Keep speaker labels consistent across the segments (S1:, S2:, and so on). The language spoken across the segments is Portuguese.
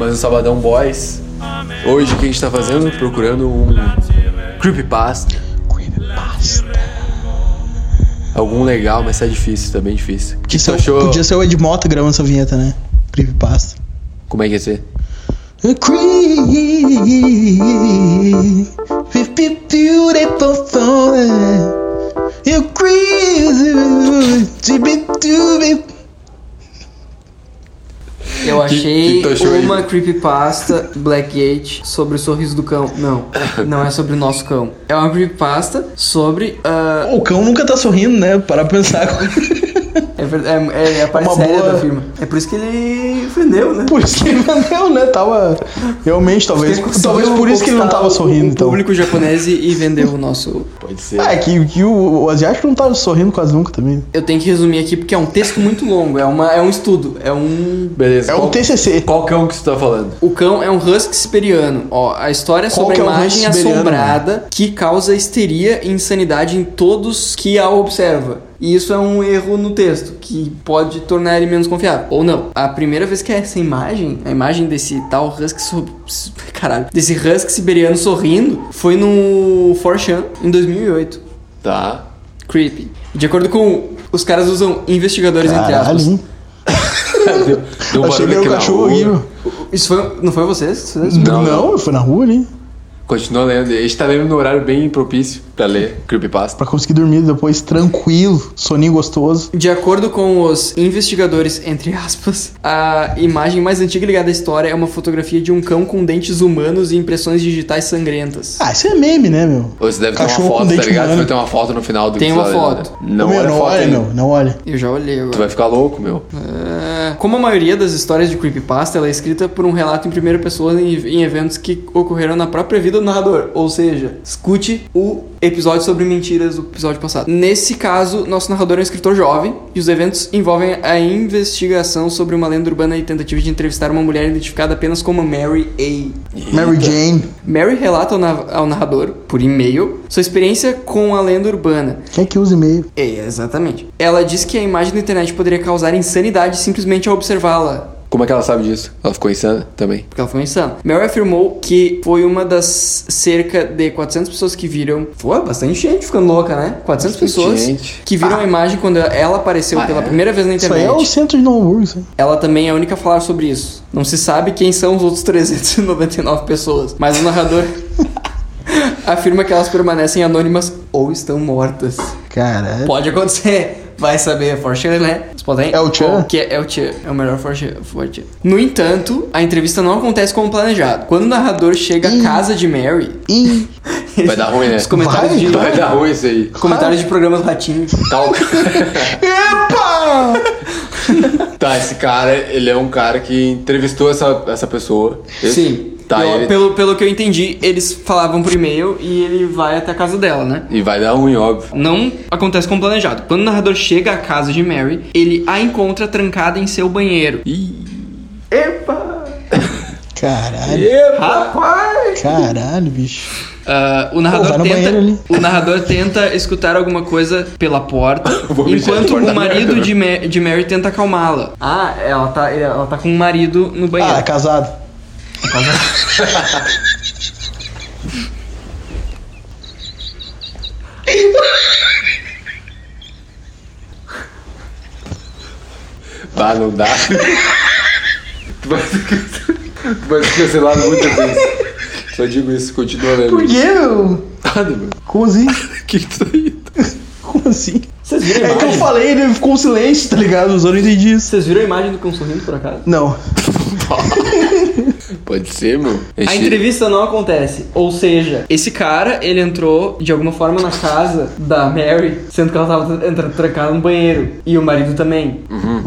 S1: Mas no Sabadão Boys, hoje o que a gente tá fazendo? Procurando um creepypasta. Algum legal, mas tá difícil, tá bem difícil.
S2: Podia
S1: tu
S2: ser, o-
S1: achou?
S2: podia ser o Edmota gravando essa vinheta, né? Creepypasta.
S1: Como é que ia ser?
S2: Creepy beautiful soul. You crazy, tibi, tibi.
S3: Eu
S1: que tá
S3: achei
S1: tu achou aí?
S3: uma creepypasta Blackgate sobre o sorriso do cão. Não, não é sobre o nosso cão. É uma creepypasta sobre. ah,
S2: O cão nunca tá sorrindo, né? Para pensar.
S3: é, ver- é- é a parte
S2: Uma
S3: séria
S2: boa-
S3: da firma. É por isso que ele vendeu, né?
S2: Por isso que ele vendeu, né? Tava. Realmente, talvez.
S3: Ele conseguiu
S2: Talvez por isso que ele não
S3: conquistar
S2: tava sorrindo,
S3: o
S2: então.
S3: público japonês e e vendeu o nosso.
S1: Pode ser.
S2: Ah, É, que, que o, o asiático não tava sorrindo quase nunca também.
S3: Eu tenho que resumir aqui porque é um texto muito longo. É, uma, é um estudo. É um
S1: Beleza.
S2: É um
S1: qual-
S2: TCC.
S1: Qual cão que você tá falando?
S3: O cão é um husky siberiano. Ó, a história é
S2: Qual
S3: sobre
S2: que
S3: a
S2: é o
S3: imagem
S2: husky siberiano,
S3: assombrada que causa histeria e insanidade em todos que a observa. E isso é um erro no texto, que pode tornar ele menos confiável. Ou não. A primeira vez que é essa imagem, a imagem desse tal husky... So... Caralho. Desse husky siberiano sorrindo, foi no 4chan, em 2008.
S1: Tá.
S3: Creepy. De acordo com... Os caras usam investigadores entre
S2: Caralho,
S3: aspas.
S2: hein?
S1: Deu, deu um
S2: Achei que
S1: barulho aqui
S2: era o
S1: na
S2: cachorro
S1: rua.
S2: aqui, meu.
S3: Isso foi... Não foi vocês? Vocês?
S1: Não,
S2: Não, foi na rua, né?
S1: Continua lendo. A gente tá lendo no horário bem propício pra ler Creepypasta.
S2: Pra conseguir dormir depois tranquilo, soninho gostoso.
S3: De acordo com os investigadores, entre aspas, a imagem mais antiga ligada à história é uma fotografia de um cão com dentes humanos e impressões digitais sangrentas.
S2: Ah, isso é meme, né, meu?
S1: Ou você deve ter
S2: Cachorro com
S1: uma foto, tá
S2: dente
S1: ligado? Você
S2: humano.
S1: vai ter uma foto no final do
S3: Tem
S1: que você
S3: uma
S1: tá lendo,
S3: foto.
S1: né? Não
S2: meu,
S1: é
S2: não
S1: foto,
S2: olha,
S1: hein?
S2: meu, não olha.
S3: Eu já olhei
S1: Tu
S3: agora.
S1: vai ficar louco, meu.
S3: É, Como a maioria das histórias de creepypasta, ela é escrita por um relato em primeira pessoa em, em eventos que ocorreram na própria vida do narrador. Ou seja, escute o episódio sobre mentiras do episódio passado. Nesse caso, nosso narrador é um escritor jovem e os eventos envolvem a investigação sobre uma lenda urbana e tentativa de entrevistar uma mulher identificada apenas como Mary A.
S2: Mary Jane.
S3: Mary relata ao, na- ao narrador, por e-mail, sua experiência com a lenda urbana.
S2: Quem é que usa e-mail?
S3: É, exatamente. Ela diz que a imagem da internet poderia causar insanidade simplesmente ao observá-la.
S1: Como é que ela sabe disso? Ela ficou insana também.
S3: Porque ela foi insana. Mary afirmou que foi uma das cerca de 400 pessoas que viram. Foi bastante gente ficando louca, né? 400 pessoas
S1: gente.
S3: que viram a imagem quando ela apareceu
S1: Ah,
S3: pela
S1: é?
S3: primeira vez na
S2: Isso aí é o
S3: internet.
S2: centro de Novo Hamburgo, isso aí.
S3: Ela também é a única a falar sobre isso. Não se sabe quem são os outros 399 pessoas, mas o narrador afirma que elas permanecem anônimas ou estão mortas.
S2: Caralho.
S3: Pode acontecer. Vai saber, Fortune, né? Vocês podem-
S2: É o Tchan?
S3: Que é, é o Tchan. É o melhor Fortune. Fortune. No entanto, a entrevista não acontece como planejado. Quando o narrador chega à casa de Mary...
S2: Ih,
S1: Vai dar ruim, né?
S3: Os comentários
S2: Vai,
S3: de...
S1: Vai dar ruim isso aí.
S3: Comentários de programas ratinho.
S1: Tal... tá, esse cara, ele é um cara que entrevistou essa, essa pessoa. Esse-
S3: Sim.
S1: Tá,
S3: Eu-
S1: ele...
S3: pelo, pelo que eu entendi, eles falavam por e-mail e ele vai até a casa dela, né?
S1: E vai dar ruim, óbvio.
S3: Não acontece como planejado. Quando o narrador chega à casa de Mary, ele a encontra trancada em seu banheiro.
S1: Ih,
S2: caralho,
S3: Rapaz!
S2: caralho, bicho.
S3: Ah, o, narrador
S2: Pô, vai no banheiro ali.
S3: tenta, o narrador tenta escutar alguma coisa pela porta,
S1: Vou mijar na
S3: enquanto
S1: porta
S3: o marido
S1: aberta,
S3: de, Ma- de Mary tenta acalmá-la. Ah, ela tá, ela tá com o marido no
S2: Ah,
S3: banheiro.
S2: é casado.
S1: bah, não dá. tu vai ser can- tu vai ser cancelado muitas vezes. Só digo isso, continua lendo.
S2: Por quê, meu?
S1: Nada, meu.
S2: Como assim?
S1: Que que tá indo?
S2: Como assim?
S3: Vocês viram, a
S2: É que eu
S3: imagem?
S2: falei, ele ficou um silêncio, tá ligado? Os eu não entendi isso.
S3: Vocês viram a imagem do cão sorrindo, por acaso?
S2: Não.
S1: Pode ser, meu.
S3: A
S1: Enche-
S3: entrevista não acontece. Ou seja, esse cara, ele entrou de alguma forma na casa da Mary, sendo que ela tava entra- trancada no banheiro. E o marido também.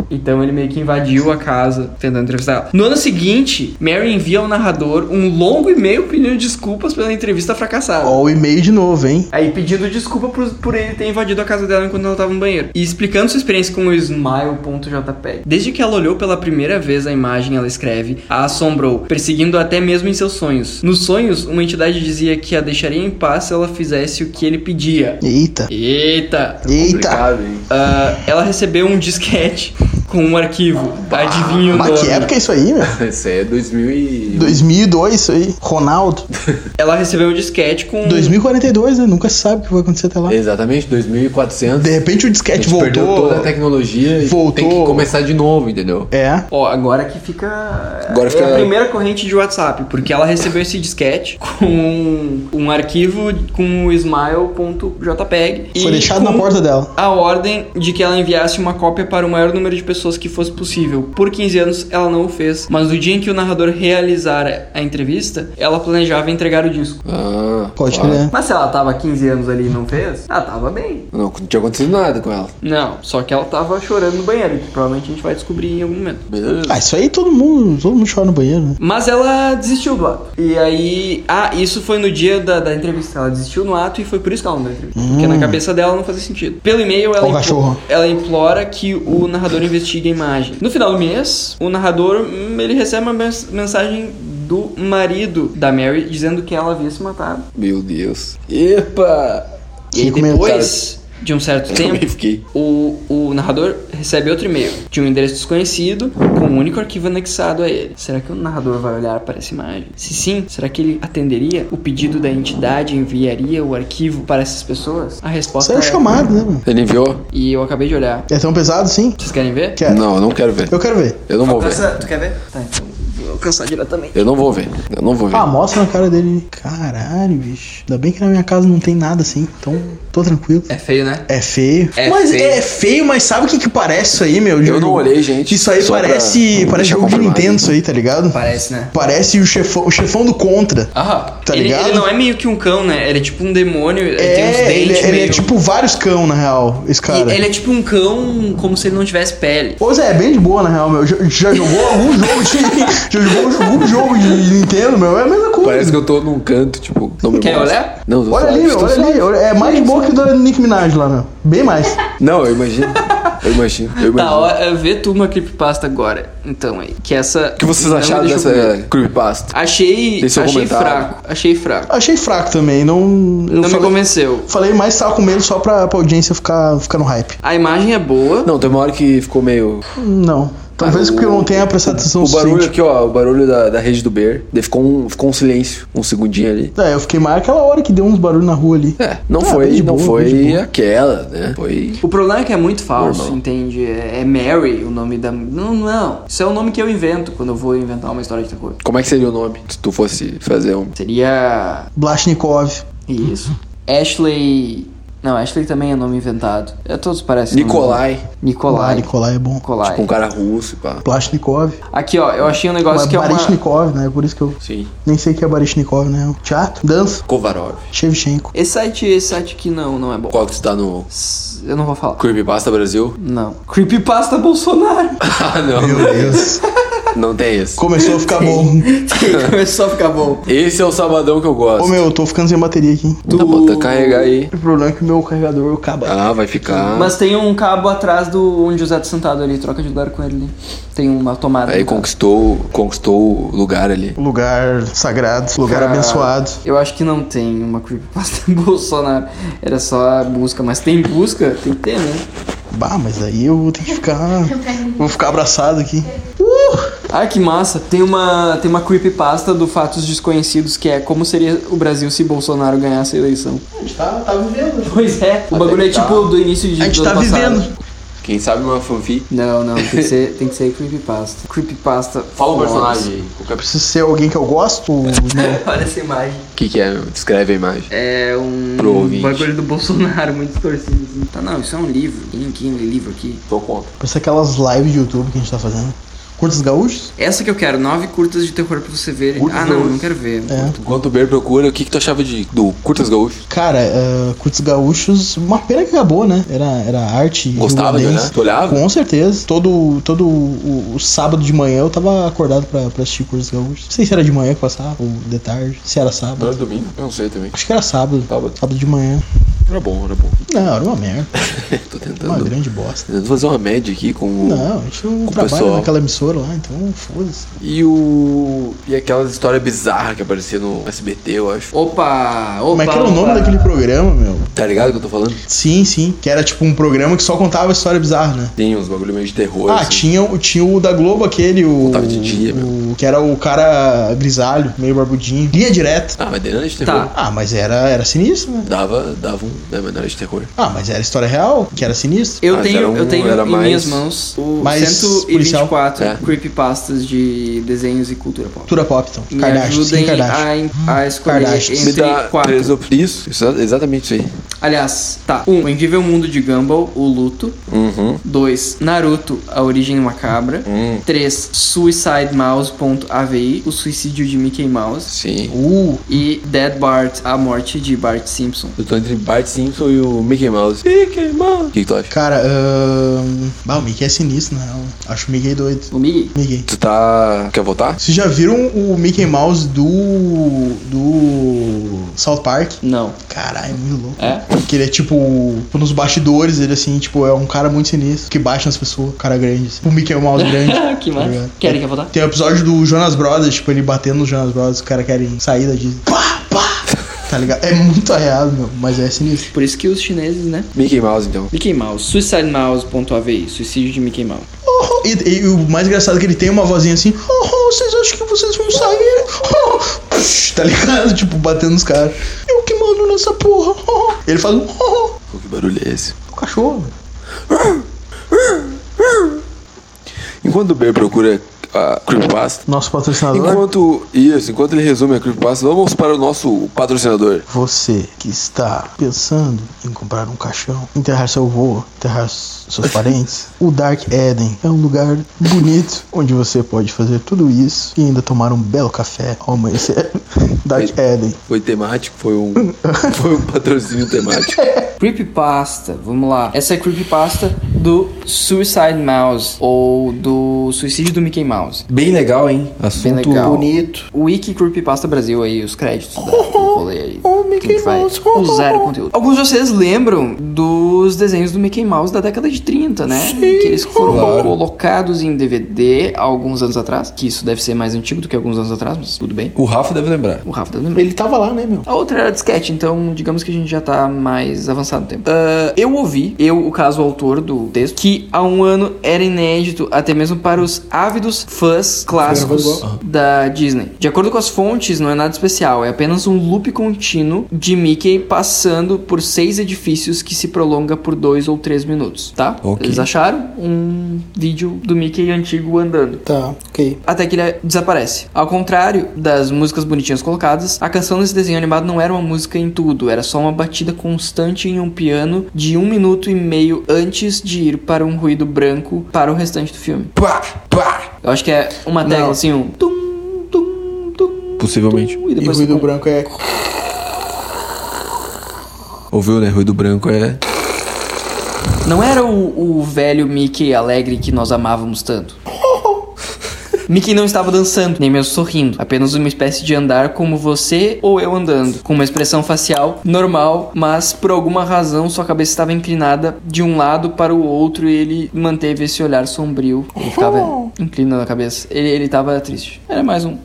S3: Então ele meio que invadiu a casa, tentando entrevistar ela. No ano seguinte, Mary envia ao narrador um longo e-mail pedindo desculpas pela entrevista fracassada.
S2: Ó, o e-mail de novo, hein?
S3: Aí pedindo desculpa por, por ele ter invadido a casa dela enquanto ela tava no banheiro. E explicando sua experiência com o smile.jpg. Desde que ela olhou pela primeira vez a imagem, ela escreve, a assombrou. perseguindo até mesmo em seus sonhos. Nos sonhos, uma entidade dizia que a deixaria em paz se ela fizesse o que ele pedia.
S2: Eita.
S3: Eita!
S2: Eita.
S1: Complicado, hein?
S3: Ah, ela recebeu um disquete com um arquivo. Adivinha o
S2: Mas que
S3: nome.
S2: época é isso aí, meu?
S1: Isso aí é 2000 e...
S2: 2002 isso aí. Ronaldo.
S3: Ela recebeu um disquete com.
S2: 2042, né? Nunca se sabe o que vai acontecer até lá.
S1: Exatamente, 2400.
S2: De repente o
S1: a
S2: disquete
S1: gente perdeu
S2: voltou.
S1: toda a tecnologia e
S2: voltou.
S1: tem que começar de novo, entendeu?
S2: É.
S3: Ó, agora que fica.
S1: Agora fica-
S3: É a primeira corrente de WhatsApp, porque ela recebeu esse disquete com um arquivo com o smile.jpg. e
S2: Foi deixado na
S3: com
S2: porta dela.
S3: A ordem de que ela enviasse uma cópia para o maior número de pessoas que fosse possível. Por 15 anos ela não o fez, mas no dia em que o narrador realizar a entrevista, ela planejava entregar o disco.
S1: Ah,
S2: Pode
S1: claro.
S2: crer.
S3: Mas se ela tava 15 anos ali e não fez, ela tava bem.
S1: Não, não tinha acontecido nada com ela.
S3: Não, só que ela tava chorando no banheiro, que provavelmente a gente vai descobrir em algum momento.
S1: Beleza.
S2: Ah, isso aí todo mundo, todo mundo chora no banheiro, né?
S3: Mas ela desistiu do ato. E aí. Ah, isso foi no dia da, da entrevista. Ela desistiu no ato e foi por isso que ela não deu entrevista. Porque na cabeça dela não fazia sentido. Pelo e-mail, ela,
S2: Ó Hum. o cachorro.
S3: ela implora que o narrador investigue a imagem. No final do mês, o narrador hum, ele recebe uma mens- mensagem do marido da Mary dizendo que ela havia se matado.
S1: Meu Deus. Epa!
S3: E aí,
S2: Cinco minutos.
S3: depois de um certo tempo,
S1: Também fiquei.
S3: o, o narrador recebe outro e-mail de um endereço desconhecido com um único arquivo anexado a ele. Será que o narrador vai olhar para essa imagem? Se sim, será que ele atenderia o pedido da entidade e enviaria o arquivo para essas pessoas? A
S2: Isso
S3: resposta
S2: aí é
S3: é
S2: o chamado, né, mano?
S1: Ele enviou?
S3: E eu acabei de olhar.
S2: É tão pesado, sim?
S3: Vocês querem ver?
S2: Quero.
S1: Não, eu não quero ver.
S2: Eu quero ver.
S1: Eu não vou ver.
S3: Tu quer ver? Tá, então vou alcançar diretamente.
S1: Eu não vou ver. Eu não vou ver.
S2: Ah, mostra na cara dele. Caralho, bicho. Ainda bem que na minha casa não tem nada assim, então tô tranquilo.
S3: É feio, né?
S2: É feio.
S3: É
S2: mas
S3: feio.
S2: é feio, mas sabe o que, que parece isso aí, meu? Júlio?
S1: não olhei, gente.
S2: Isso aí
S1: Só pra
S2: parece.
S1: deixar
S2: Parece jogo de
S1: confirmado.
S2: Nintendo isso aí, tá ligado?
S3: Parece, né?
S2: Parece o chefão, o chefão do contra.
S3: Ah,
S2: Tá
S3: ele,
S2: ligado?
S3: ele não é meio que um cão, né? Ele é tipo um demônio, ele tem uns
S2: É, ele,
S3: dentes
S2: ele
S3: meio...
S2: é tipo vários cão, na real, esse cara.
S3: E ele é tipo um cão como se ele não tivesse pele.
S2: Ô Zé, é bem de boa, na real, meu. Já, já jogou algum jogo de. Já jogou algum jogo de Nintendo, meu? É a mesma coisa.
S1: Parece que eu tô num canto, tipo. Não me
S3: Quer
S1: mostra.
S3: olhar?
S1: Não, tô
S2: Olha
S1: suave,
S2: ali, meu,
S1: tô
S2: olha
S1: suave.
S2: ali. olha- É mais de boa que o da Nick Minaj lá, meu. Bem mais.
S1: Não, eu imagino. Eu imagino. Eu imagino.
S3: Tá, ó, é, vê turma creepypasta agora. Então aí, que essa.
S1: O que vocês
S3: Não,
S1: acharam
S3: deixa eu ver.
S1: dessa creepypasta?
S3: Achei,
S1: Esse é o
S3: achei
S1: comentário.
S3: fraco, achei fraco.
S2: Achei fraco também, não. eu
S3: Não me
S2: falei,
S3: convenceu.
S2: falei mais tava com medo só pra, pra audiência ficar, ficar no hype.
S3: A imagem é boa.
S1: Não, tem uma hora que ficou meio.
S2: Não. Talvez
S1: Ah,
S2: porque eu não
S1: o-
S2: tenha prestado atenção
S1: O barulho
S2: suficiente.
S1: aqui, ó, o barulho da, da rede do Bear. Daí ficou um, ficou um silêncio, um segundinho ali.
S2: É, eu fiquei mais aquela hora que deu uns barulhos na rua ali.
S1: É, não
S2: Ah, bem
S1: foi,
S2: de
S1: não
S2: boa, bem de
S1: foi
S2: boa.
S1: aquela, né? Foi.
S3: O problema é que é muito falso,
S1: Normal.
S3: entende? É, é Mary o nome da. Não, não. Isso é o nome que eu invento quando eu vou inventar uma história de terror.
S1: Como é que seria o nome se tu fosse fazer um.
S3: Seria.
S2: Blashnikov.
S3: Isso. Ashley. Não, Ashley também é nome inventado. É todos parecem. nome-
S1: Nikolai,
S2: Ah,
S3: Nikolai.
S2: Nicolai é bom.
S3: Nikolai.
S1: tipo um cara russo, pá.
S2: Blashnikov.
S3: Aqui, ó, eu achei um negócio
S2: Mas
S3: que é uma.
S2: Barishnikov, né? Por isso que eu
S1: Sim.
S2: nem sei o que é Barishnikov, né? Teatro, dança,
S1: Kovarov.
S2: Shevchenko.
S3: Esse site, esse site aqui não, não é bom.
S1: Qual que tu tá no
S3: S- Eu não vou falar.
S1: Creepypasta Brasil?
S3: Não. Creepypasta Bolsonaro.
S1: Ah, não.
S2: Deus.
S1: Não tem esse.
S2: Começou a ficar bom.
S3: Começou a ficar bom.
S1: Esse é o sabadão que eu
S2: Ô
S1: gosto.
S2: meu, eu tô ficando sem bateria aqui.
S1: Tá, bota carregar aí.
S2: O problema é que o meu carregador acaba.
S1: Ah, vai ficar.
S3: Mas tem um cabo atrás do onde o Zé tá sentado ali, troca de lugar com ele ali. Tem uma tomada.
S1: Aí
S3: ali.
S1: conquistou, conquistou o lugar ali.
S2: Lugar sagrado, lugar
S3: Cara,
S2: é abençoado.
S3: Eu acho que não tem uma creepypasta Bolsonaro. Era só a busca, mas tem busca, tem que ter, né?
S2: Bah, mas aí eu vou ter que ficar. Vou ficar abraçado aqui.
S3: Ah, que massa. Tem uma, tem uma creepypasta do Fatos Desconhecidos, que é como seria o Brasil se Bolsonaro ganhasse a eleição.
S2: A gente tá, tá vivendo.
S3: Pois é. O bagulho é
S1: que tá.
S3: tipo do início de
S2: A gente
S3: do
S2: tá
S3: ano passado.
S2: vivendo.
S1: Quem sabe uma fanfic.
S3: Não, não, tem que ser, tem que ser creepypasta. Creepypasta.
S1: Fala o
S3: famosa.
S1: personagem aí. Qualquer pessoa.
S2: Preciso ser alguém que eu gosto? ou não?
S3: Olha essa imagem.
S1: O que, que é? Descreve a imagem.
S3: É um
S1: Pro ouvinte.
S3: bagulho do Bolsonaro muito distorcido. Assim. Tá, não, isso é um livro. Tem aqui um livro aqui.
S1: Tô contra.
S2: Parece aquelas lives de YouTube que a gente tá fazendo. Curtos gaúchos?
S3: Essa que eu quero, nove curtas de terror pra você ver.
S1: Curtas
S3: ah, não,
S1: hoje.
S3: não quero ver.
S2: É.
S1: Enquanto o Bear procura, o que, que tu achava de, do Curtas Gaúcho?
S2: Cara, eh, Curtos Gaúchos, uma pena que acabou, né? Era, era arte.
S1: Gostava de
S2: rio-grandense.
S1: olhar? Tu olhava?
S2: Com certeza. Todo, todo o, o sábado de manhã eu tava acordado pra, pra assistir Curtos Gaúchos. Não sei se era de manhã que passava, ou de tarde. Se era
S1: Não
S2: sábado.
S1: era domingo? Eu não sei também.
S2: Acho que era sábado.
S1: Sábado.
S2: de manhã.
S1: Era bom, era bom.
S2: Não, era uma merda.
S1: Tô
S2: Uma
S1: tentando.
S2: grande bosta.
S1: Tentando fazer uma média aqui com o.
S2: Não, a gente não
S1: o
S2: trabalha
S1: pessoal.
S2: naquela emissora. editora lá, então foda-se.
S1: E o. E aquelas histórias bizarras que aparecia no SBT, eu acho.
S3: Opa!
S2: Como é que era o nome daquele programa, meu?
S1: Tá ligado o que eu tô falando?
S2: Sim, sim. Que era tipo um programa que só contava história bizarra, né?
S1: Tem uns bagulho meio de terror.
S2: Ah,
S1: assim.
S2: tinha, o- tinha o da Globo aquele, o.
S1: Contava de dia,
S2: o que era o cara grisalho, meio barbudinho. Lia direto.
S1: Ah, mas daí não era de terror.
S3: Tá.
S2: Ah, mas era, era sinistro, né?
S1: Dava, dava um. Né, mas não era de terror.
S2: Ah, mas era história real, que era sinistro.
S3: Eu
S1: Mas era
S3: tenho,
S1: um-
S3: eu tenho
S1: era
S3: em
S1: mais-
S3: minhas mãos o
S2: mais
S3: 124
S1: policial. É.
S3: creepypastas de desenhos e cultura pop.
S2: Cultura pop, então.
S3: Me
S2: Kardashian, sim,
S3: ajudem
S2: Kardashian. Hum,
S3: a, en- a escolher
S2: Kardashians.
S1: Me
S3: entre
S1: dá
S3: quatro.
S1: três op- Isso, isso, exatamente isso aí.
S3: Aliás, tá. Um, O Incrível Mundo de Gumball, O Luto.
S1: Uhum.
S3: 2. Naruto, A Origem Macabra.
S1: Hum.
S3: 3. SuicideMouse.avi, O Suicídio de Mickey Mouse.
S1: Sim.
S2: Uh,
S3: E Dead Bart, A Morte de Bart Simpson.
S1: Eu tô entre Bart Simpson e o Mickey Mouse. Mickey Mouse. O que, que tu acha?
S2: cara, ahn, bah, o Mickey é sinistro, na real. Acho o Mickey doido.
S3: O Mickey?
S2: Mickey.
S1: Tu tá. Quer votar?
S2: Vocês já viram o Mickey Mouse do. do. South Park?
S3: Não.
S2: Caralho, é muito louco.
S3: É?
S2: Que ele é tipo, tipo, nos bastidores, ele assim, tipo, é um cara muito sinistro, que baixa nas pessoas, cara grande, assim. O Mickey Mouse grande.
S3: Ah, que
S2: tá
S3: massa.
S2: ligado?
S3: Querem que eu votar?
S2: Tem o episódio do Jonas Brothers, tipo, ele batendo no Jonas Brothers, os caras querem sair da Disney. Pá, pá! Tá ligado? É muito arreado, meu, mas é sinistro.
S3: Por isso que os chineses, né?
S1: Mickey Mouse, então.
S3: Mickey Mouse, SuicideMouse.avi, Suicídio de Mickey Mouse.
S2: Oh, oh, e, e o mais engraçado é que ele tem uma vozinha assim, oh, oh, vocês acham que vocês vão sair? Oh, oh." Psh, tá ligado? Tipo, batendo nos caras. Eu que mando nessa porra. Oh, oh. Ele faz um oh,
S1: Pô, que barulho é esse?
S2: oh. O cachorro, meu.
S1: Enquanto o B procura a creepypasta.
S2: Nosso patrocinador.
S1: Enquanto isso, enquanto ele resume a creepypasta, vamos para o nosso patrocinador.
S2: Você que está pensando em comprar um caixão, enterrar seu avô, enterrar s- seus parentes, o Dark Eden é um lugar bonito onde você pode fazer tudo isso e ainda tomar um belo café ao amanhecer. Dark Eden.
S1: Foi temático, foi um, foi um patrocínio temático.
S3: Creepypasta, vamos lá. Essa é a creepypasta do Suicide Mouse, ou do Suicídio do Mickey Mouse.
S1: Bem legal, hein? Assunto
S3: Bem legal.
S1: bonito.
S3: Wiki Creepypasta Brasil aí, os créditos da rolê aí. Mickey Mouse. Usar o conteúdo. Alguns de vocês lembram dos desenhos do Mickey Mouse da década de 30, né? que eles foram
S1: claro.
S3: colocados em DVD há alguns anos atrás. Que isso deve ser mais antigo do que alguns anos atrás, mas tudo bem.
S1: O Rafa deve lembrar.
S3: O Rafa tá lembrando.
S2: Ele tava lá, né, meu?
S3: A outra era disquete, então digamos que a gente já tá mais avançado no tempo. Ah, eu ouvi, eu, o caso, o autor do texto, que há um ano era inédito até mesmo para os ávidos fãs clássicos da Disney. De acordo com as fontes, não é nada especial, é apenas um loop contínuo de Mickey passando por seis edifícios que se prolonga por dois ou três minutos, tá?
S1: Ok.
S3: Eles acharam um vídeo do Mickey antigo andando
S2: Tá, ok.
S3: até que ele é, desaparece. Ao contrário das músicas bonitinhas colocadas, a canção desse desenho animado não era uma música em tudo, era só uma batida constante em um piano de um minuto e meio antes de ir para um ruído branco para o restante do filme.
S1: Pá, pá.
S3: Eu acho que é uma tecla
S2: Não.
S3: assim, um tum, tum, tum,
S1: Possivelmente.
S3: tum, e depois um-
S2: branco é.
S1: Ouviu, né? Ruído branco é.
S3: Não era o, o velho Mickey alegre que nós amávamos tanto. Mickey não estava dançando, nem mesmo sorrindo, apenas uma espécie de andar como você ou eu andando, com uma expressão facial normal, mas por alguma razão sua cabeça estava inclinada de um lado para o outro e ele manteve esse olhar sombrio. Ele ficava inclinando a cabeça. Ele, ele estava triste. Era mais um.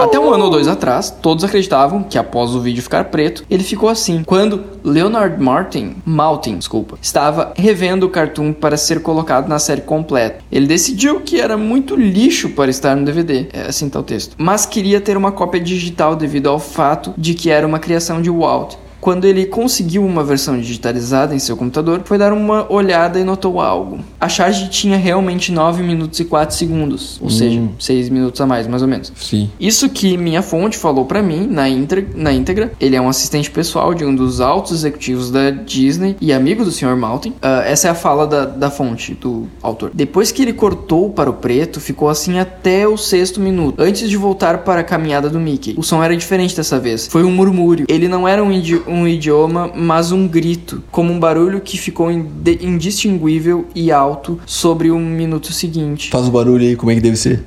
S3: Até um ano ou dois atrás, todos acreditavam que após o vídeo ficar preto, ele ficou assim. Quando Leonard Martin, Maltin, desculpa, estava revendo o cartoon para ser colocado na série completa. Ele decidiu que era muito lixo para estar no DVD, é assim tá o texto. Mas queria ter uma cópia digital devido ao fato de que era uma criação de Walt. Quando ele conseguiu uma versão digitalizada em seu computador, foi dar uma olhada e notou algo. A charge tinha realmente 9 minutos e 4 segundos, ou seja, 6 minutos a mais, mais ou menos.
S1: Sim.
S3: Isso que minha fonte falou pra mim na, intra- na íntegra. Ele é um assistente pessoal de um dos altos executivos da Disney e amigo do Sr. Maltin. Ah, essa é a fala da, da fonte, do autor. Depois que ele cortou para o preto, ficou assim até o sexto minuto, antes de voltar para a caminhada do Mickey. O som era diferente dessa vez. Foi um murmúrio. Ele não era um, idi- um idioma, mas um grito, como um barulho que ficou inde- indistinguível e alto sobre o minuto seguinte.
S1: Faz o barulho aí, como é que deve ser?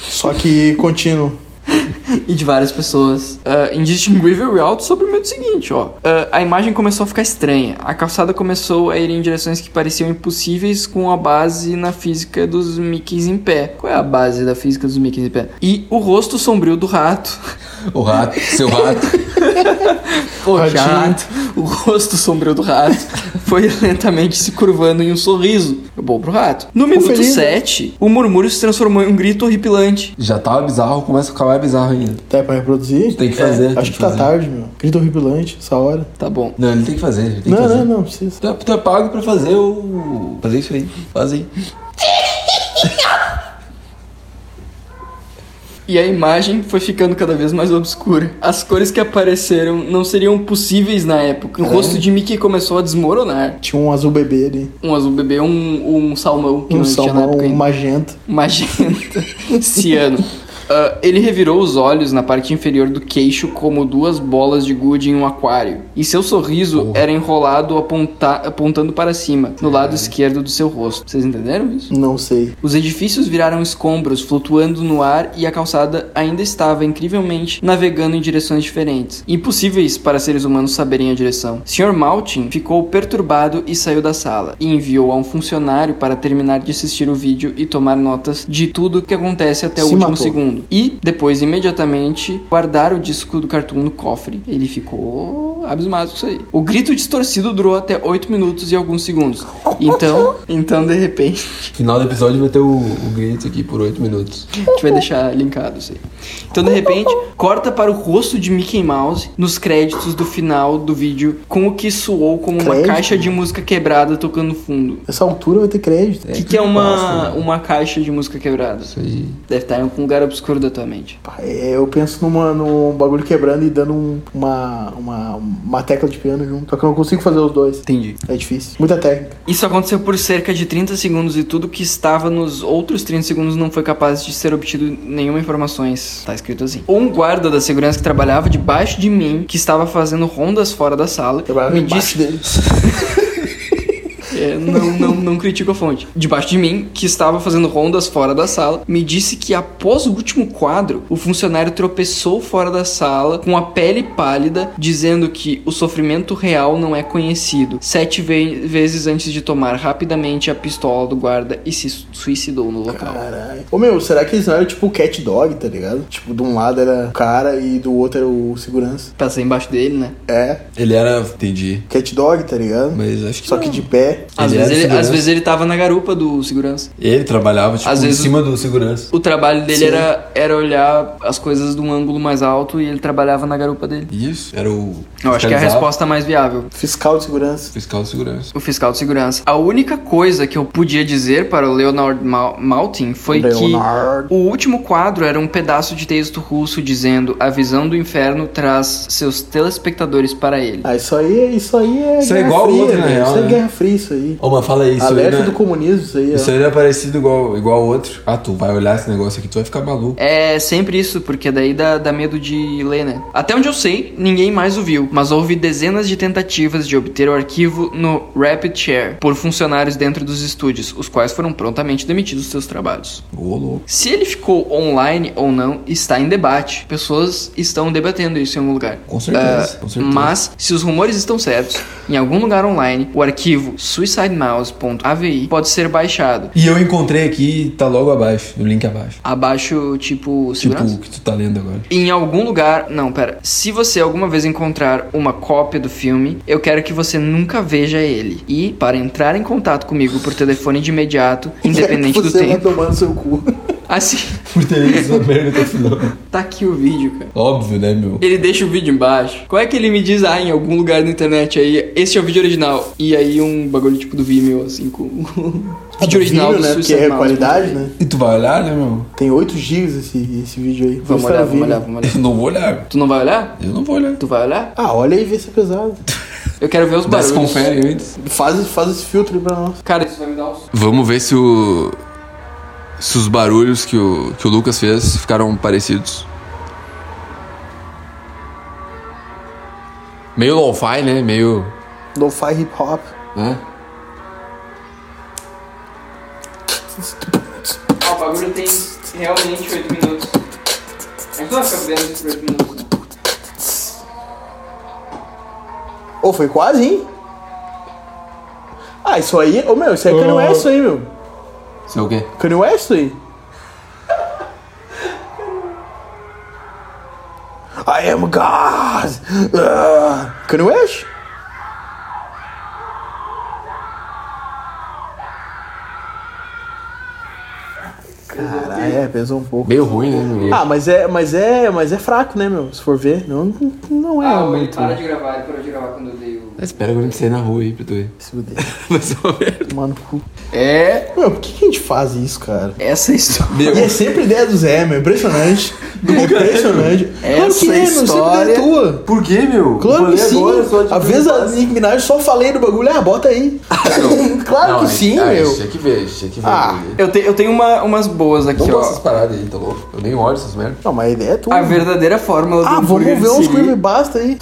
S2: Só que contínuo.
S3: e de várias pessoas. Ah, indistinguível e alto sobre o medo seguinte, ó. Ah, a imagem começou a ficar estranha. A calçada começou a ir em direções que pareciam impossíveis com a base na física dos Mickeys em pé. Qual é a base da física dos Mickeys em pé? E o rosto sombrio do rato.
S1: O rato, seu rato.
S3: Pô,
S2: Ratinho.
S3: chato. O rosto sombrio do rato foi lentamente se curvando em um sorriso. Bom pro rato. No minuto
S2: feliz.
S3: 7, o murmúrio se transformou em um grito horripilante.
S1: Já tava bizarro, começa a ficar mais bizarro ainda.
S2: Até pra reproduzir?
S1: Tem que fazer, tem
S2: acho
S1: que
S2: que tá
S1: fazer.
S2: tarde, meu. Grito horripilante, essa hora.
S3: Tá bom.
S1: Não, ele tem que fazer, ele tem que
S2: não,
S1: fazer.
S2: não, não, precisa.
S1: Tu é, tu é pago pra fazer o. Fazer isso aí. Faz aí.
S3: E a imagem foi ficando cada vez mais obscura. As cores que apareceram não seriam possíveis na
S2: É.
S3: época. O rosto de Mickey começou a desmoronar.
S2: Tinha um azul bebê ali.
S3: Um azul bebê, um, um salmão que
S2: Um
S3: não tinha na
S2: salmão,
S3: época
S2: um
S3: ainda.
S2: magenta.
S3: magenta, ciano. Ah, ele revirou os olhos na parte inferior do queixo como duas bolas de gude em um aquário. E seu sorriso
S1: Porra.
S3: era enrolado aponta- apontando para cima, no lado esquerdo do seu rosto. Vocês entenderam isso?
S2: Não sei.
S3: Os edifícios viraram escombros flutuando no ar e a calçada ainda estava incrivelmente navegando em direções diferentes, impossíveis para seres humanos saberem a direção. Sr. Maltin ficou perturbado e saiu da sala, e enviou a um funcionário para terminar de assistir o vídeo e tomar notas de tudo que acontece até o
S2: Se
S3: último
S2: matou.
S3: segundo. E depois, imediatamente, guardar o disco do cartoon no cofre. Ele ficou abismado com isso aí. O grito distorcido durou até 8 minutos e alguns segundos. Então, então de repente,
S1: Final do episódio vai ter o, o grito aqui por 8 minutos.
S3: a gente vai deixar linkado isso aí. Então, de repente, corta para o rosto de Mickey Mouse nos créditos do final do vídeo com o que soou como uma
S2: Crédito?
S3: caixa de música quebrada tocando no fundo.
S2: Essa altura vai ter crédito.
S3: O que, que é uma,
S1: Basta, né?
S3: uma caixa de música quebrada?
S1: Isso aí.
S3: Deve estar em algum lugar obscuro da tua mente.
S2: Pá, é, Eu penso numa, num bagulho quebrando e dando um- uma, uma, uma tecla de piano junto. Só que eu não consigo fazer os dois.
S3: Entendi.
S2: É difícil. Muita técnica.
S3: Isso aconteceu por cerca de 30 segundos e tudo que estava nos outros 30 segundos não foi capaz de ser obtido nenhuma informações. Tá escrito assim. Um guarda da segurança que trabalhava debaixo de mim, que estava fazendo rondas fora da sala,
S1: Um
S2: Trabalhava
S3: me disse
S2: embaixo deles.
S3: É, não, não, não critico a fonte. Debaixo de mim, que estava fazendo rondas fora da sala, me disse que após o último quadro, o funcionário tropeçou fora da sala com a pele pálida, dizendo que o sofrimento real não é conhecido. Sete ve- vezes antes de tomar rapidamente a pistola do guarda e se suicidou no local.
S2: Caralho. Ô meu, será que eles não eram tipo o cat dog, tá ligado? Tipo, de um lado era o cara e do outro era o segurança.
S3: Passei embaixo dele, né?
S2: É,
S1: Ele era. Entendi.
S2: cat dog, tá ligado?
S1: Mas acho que.
S2: Só que de pé.
S3: Às,
S1: Ele
S3: vezes
S1: era
S3: ele, às
S1: segurança.
S3: vezes ele tava na garupa do segurança.
S1: Ele trabalhava, tipo,
S3: Às
S1: em
S3: vezes-
S1: cima do segurança.
S3: O trabalho dele
S2: Sim.
S3: era, era olhar as coisas de um ângulo mais alto e ele trabalhava na garupa dele.
S1: Isso. Era o.
S3: Eu acho que é a
S1: fiscalizava-
S3: resposta mais viável.
S2: Fiscal de segurança.
S1: Fiscal de segurança.
S3: o fiscal de segurança. A única coisa que eu podia dizer para o Leonard Mal- Maltin foi
S2: Leonard.
S3: que o último quadro era um pedaço de texto russo dizendo a visão do inferno traz seus telespectadores para ele.
S2: Ah, isso aí, isso aí é.
S1: Isso é
S2: Guerra
S1: igual o
S2: fria,
S1: outro, na
S2: velho.
S1: real,
S2: Isso
S1: né?
S2: é guerra fria, isso aí.
S1: Ô, mas fala aí, isso aí.
S2: Alerta
S1: Não... é-
S2: do comunismo, isso aí. ó.
S1: Isso aí não é parecido igual, igual ao outro. Ah, tu vai olhar esse negócio aqui, tu vai ficar maluco.
S3: É sempre isso, porque daí dá, dá medo de ler, né? Até onde eu sei, ninguém mais o viu, mas houve dezenas de tentativas de obter o arquivo no Rapid Share por funcionários dentro dos estúdios, os quais foram prontamente demitidos dos seus trabalhos.
S1: Ô, louco.
S3: Se ele ficou online ou não, está em debate. Pessoas estão debatendo isso em algum lugar. Ah,
S1: Com certeza. com certeza.
S3: Mas, se os rumores estão certos, em algum lugar online, o arquivo suicidemouse.avi pode ser baixado.
S1: E eu encontrei aqui, tá logo abaixo, no link abaixo.
S3: Abaixo, tipo,
S1: Tipo,
S3: segurança?
S1: o que tu tá lendo agora.
S3: Em algum lugar. Não, pera. Se você alguma vez encontrar uma cópia do filme, eu quero que você nunca veja ele. E, para entrar em contato comigo por telefone de imediato, independente
S1: é
S3: do
S2: Você vai
S3: tempo.
S2: tomando seu cu.
S3: Assim,
S1: Por ter visto essa merda até o final.
S3: tá aqui o vídeo, cara.
S1: Óbvio, né, meu?
S3: Ele deixa o vídeo embaixo. Como é que ele me diz, ah, em algum lugar na internet aí, esse é o vídeo original? E aí um bagulho tipo do Vimeo, assim, com vídeo original do
S2: né? Porque
S3: Suicide
S2: é
S3: Mouse.
S2: qualidade, né?
S1: E tu vai olhar, né, meu?
S2: Tem 8 GB esse, esse vídeo aí.
S3: Vamos
S2: Vou
S3: olhar,
S2: estar
S3: vamos
S2: ouvindo.
S3: olhar, vamos olhar.
S1: Eu não vou olhar.
S3: Tu não vai olhar?
S1: Eu não vou olhar.
S3: Tu vai olhar?
S2: Ah, olha aí, vê se é pesado.
S3: Eu quero ver os barulhos.
S1: Mas confere antes.
S2: Faz, faz esse filtro aí pra nós.
S3: Cara, isso vai me dar um...
S1: Vamos ver se o. Se os barulhos que o, que o Lucas fez ficaram parecidos. Meio lo-fi, né? Meio.
S2: Lo-fi hip hop.
S1: Né?
S3: Ah, Ó, o bagulho tem realmente 8 minutos. A gente não é vai ficar bebendo por 8 minutos.
S2: Ô, foi quase, hein? Ah, isso aí. Ô, meu, isso aí é Kanye West, isso aí, meu.
S1: Isso é o quê?
S2: Kanye West, isso aí. I am God! Ah, Kanye West? Caralho, é, pesou um pouco.
S1: Meio ruim, né? meu?
S2: Ah, mas é, mas é, mas é fraco, né, meu? Se for ver, não, não é
S3: Ah, ele
S2: muito.
S3: para de gravar, ele parou de gravar quando eu dei o.
S1: Espera que eu não sair na rua aí pra tu ver.
S2: Se fuder,
S1: Mas ó, velho.
S2: tomar no cu.
S3: É.
S2: Meu, por que, que a gente faz isso, cara?
S3: Essa história.
S1: Meu,
S2: E é sempre ideia do Zé, meu. Impressionante. É impressionante. Claro
S3: Essa
S2: que é, meu. Sempre
S3: história-
S2: ideia tua.
S1: por que, meu?
S2: Claro
S1: Falei
S2: que sim.
S1: agora, só de
S2: Às vezes é a
S1: primeira
S2: Nick Minaj só falei do bagulho. Ah, bota aí.
S1: fase.
S2: claro que
S1: aí-
S2: sim,
S1: ah,
S2: meu.
S1: isso Tinha que ver, isso tinha que ver.
S2: Ah,
S1: meu.
S3: Eu, te- eu tenho uma- umas boas aqui,
S1: Não
S3: ó.
S1: gosto dessas paradas aí, tá louco? Eu nem olho essas merdas.
S2: Não, mas a ideia é tua.
S3: A verdadeira fórmula do
S2: Ah, vamos
S3: hambúrguer de
S2: ver uns
S3: siri.
S2: creepy basta aí.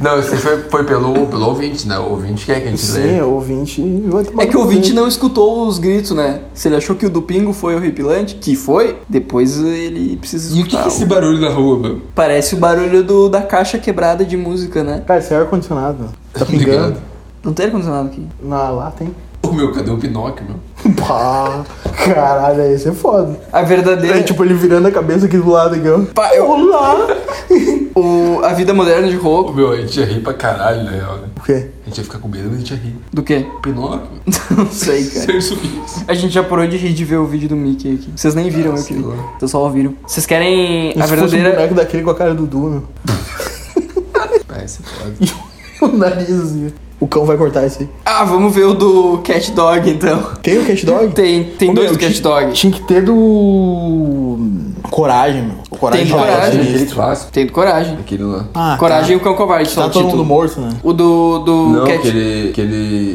S1: Não, isso aí foi, foi pelo, pelo ouvinte, né? O ouvinte quer que a gente
S2: Sim,
S1: leia.
S2: o ouvinte vai tomar
S3: É que
S2: no
S3: o
S2: cu
S3: ouvinte
S2: dele.
S3: não escutou os gritos, né? Se ele achou que o do Pingo foi horripilante, que foi, depois ele precisa
S1: E o que,
S3: escutar.
S1: que é esse barulho na rua, meu?
S3: Parece o barulho do, da caixa quebrada de música, né?
S2: Cara, isso é ar-condicionado. meu. Tá pingando.
S1: Obrigado.
S3: Não tem ar-condicionado aqui.
S2: Na lá tem.
S1: Ô, meu, cadê o Pinóquio, meu?
S2: Pá, caralho, aí isso é foda.
S3: A verdadeira.
S2: É, tipo, ele virando a cabeça aqui do lado, aqui, ó.
S3: Pá, eu-
S2: Olá! tipo,
S3: o- a vida moderna de
S1: Ô,
S3: Roku.
S1: meu, a gente ia rir pra caralho, na real, né?
S2: O quê?
S1: A gente ia ficar com medo, mas a gente ia rir.
S3: Do quê?
S1: Pinóquio, meu.
S3: Não sei, cara.
S1: Sem isso.
S3: A gente já parou de rir de ver o vídeo do Mickey aqui. Vocês nem
S2: Ah,
S3: viram, eu que vi. Vocês só ouviram. Vocês querem a
S2: Se fosse um
S3: verdadeira.
S2: boneco daquele com a cara do né? Du, meu.
S1: Ah, isso é foda.
S2: O nariz, assim. O cão vai cortar isso aí.
S3: Ah, vamos ver o do Cat Dog então.
S2: Tem o Cat Dog?
S3: Tem, tem
S2: Ô,
S3: dois
S2: meu,
S3: do Cat
S2: ti-
S3: Dog.
S2: Tinha que ter do. Coragem, meu. O Coragem
S3: Tem
S2: já
S3: Coragem.
S2: era sinistro.
S1: Aquele clássico.
S3: Tem do Coragem.
S1: Aquele lá.
S2: Ah,
S3: Coragem
S2: tá.
S3: e o Cão Covarde, só
S2: Tá
S3: o
S2: todo
S3: título.
S2: mundo morto, né?
S3: O do, do
S1: Não,
S3: Cat...
S1: que ele, que ele,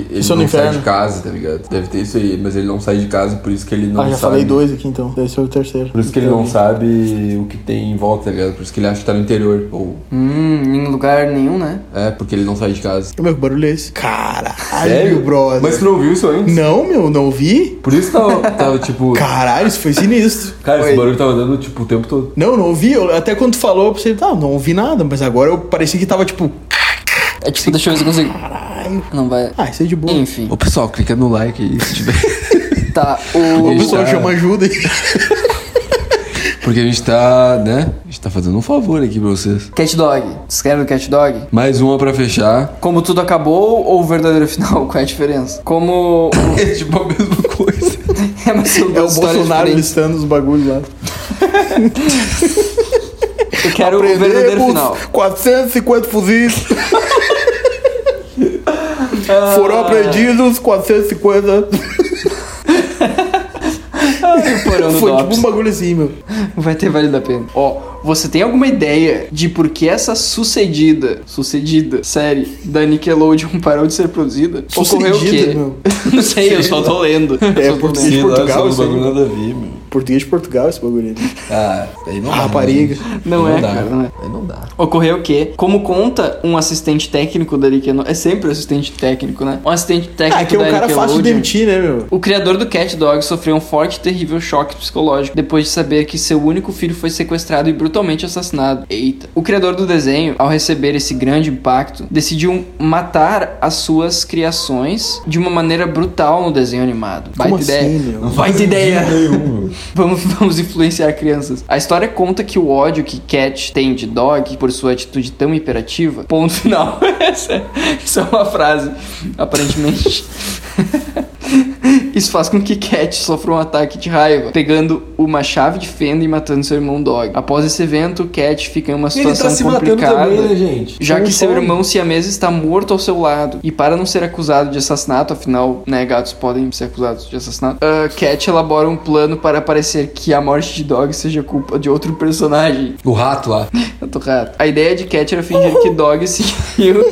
S1: ele
S2: Isso é
S1: não
S2: no
S1: sai
S2: inferno.
S1: de casa, tá ligado? Deve ter isso aí, mas ele não sai de casa, por isso que ele não
S2: ah, já
S1: sabe.
S2: falei dois aqui então. Deve ser o terceiro.
S1: Por isso que ele não sabe o que tem em volta, tá ligado? Por isso que ele acha que tá no interior. Ou.
S3: Hum, em lugar nenhum, né?
S1: É, porque ele não sai de casa.
S2: Meu, que barulho é esse? Caralho, brother.
S1: Mas tu não viu isso antes?
S2: Não, meu, não ouvi.
S1: Por isso tava, tava tipo.
S2: Caralho, isso foi sinistro.
S1: Cara,
S3: Oi.
S1: esse barulho tava dando tipo o tempo todo.
S2: Não, não ouvi. Eu- até quando tu falou, eu pensei, tá, não ouvi nada. Mas agora eu parecia que tava tipo,
S3: É tipo, deixa eu ver se eu consigo. Não vai.
S2: ah, isso é de boa.
S3: Enfim,
S1: Ô pessoal, clica no like aí se tiver.
S3: tá.
S2: Ô,
S3: O.
S1: Isso,
S2: pessoal,
S1: cara.
S2: chama ajuda aí.
S1: Porque a gente tá, né? A gente tá fazendo um favor aqui pra vocês.
S3: Cat Dog. Vocês querem do Cat Dog?
S1: Mais uma pra fechar.
S3: Como tudo acabou ou o verdadeiro final? Qual é a diferença? Como.
S1: É tipo a mesma coisa.
S3: É, mas são
S2: É o
S3: duas histórias
S2: Bolsonaro
S3: diferentes.
S2: listando os bagulhos lá.
S3: Eu quero o verdadeiro
S2: Prendemos
S3: final.
S2: 450 fuzis.
S3: Ah.
S2: Foram apreendidos 450.
S3: Ai, o porão do
S2: Foi tipo
S3: Dops.
S2: um bagulho assim, meu.
S3: Vai ter valido a pena. Ó, você tem alguma ideia de por que essa sucedida, sucedida série da Nickelodeon parou de ser produzida? Ocorreu o
S2: Sucedida,
S3: quê?
S2: meu.
S3: Não sei, eu só tô lendo.
S2: É,
S3: Eu só tô
S2: porque-
S3: lendo.
S2: Sim, lá, só um bagulho
S1: nada a ver, meu.
S2: Português de Portugal, esse bagulho. aí.
S1: Ah, aí não dá.
S2: Rapariga.
S3: Não é, cara, não é.
S1: Aí não dá.
S3: Ocorreu o quê? Como conta um assistente técnico da Nickelodeon... É sempre um assistente técnico, né? Um assistente técnico
S2: Ah, que é
S3: da
S2: um cara fácil de
S3: Nickelodeon.
S2: demitir, né, meu?
S3: O criador do Cat Dog sofreu um forte e terrível choque psicológico depois de saber que seu único filho foi sequestrado e brutalmente assassinado. Eita. O criador do desenho, ao receber esse grande impacto, decidiu matar as suas criações de uma maneira brutal no desenho animado. Vai
S2: Como
S3: ter ideia.
S2: assim, meu?
S3: Vai ter ideia. Vamos, vamos influenciar crianças. A história conta que o ódio que Cat tem de Dog por sua atitude tão imperativa. Ponto final. Essa é- Isso é uma frase, aparentemente. Isso faz com que Cat sofra um ataque de raiva, pegando uma chave de fenda e matando seu irmão Dog. Após esse evento, Cat fica em uma
S1: tá
S2: tá
S3: situação
S1: né,
S3: complicada.
S2: né,
S1: gente?
S3: Já que seu
S2: Como?
S3: irmão siamês está morto ao seu lado. E para não ser acusado de assassinato, afinal, né, gatos podem ser acusados de assassinato. ah, Cat elabora um plano para parecer que a morte de Dog seja culpa de outro personagem.
S1: O rato lá.
S3: Eu tô rato. A ideia de Cat era fingir que Dog seguiu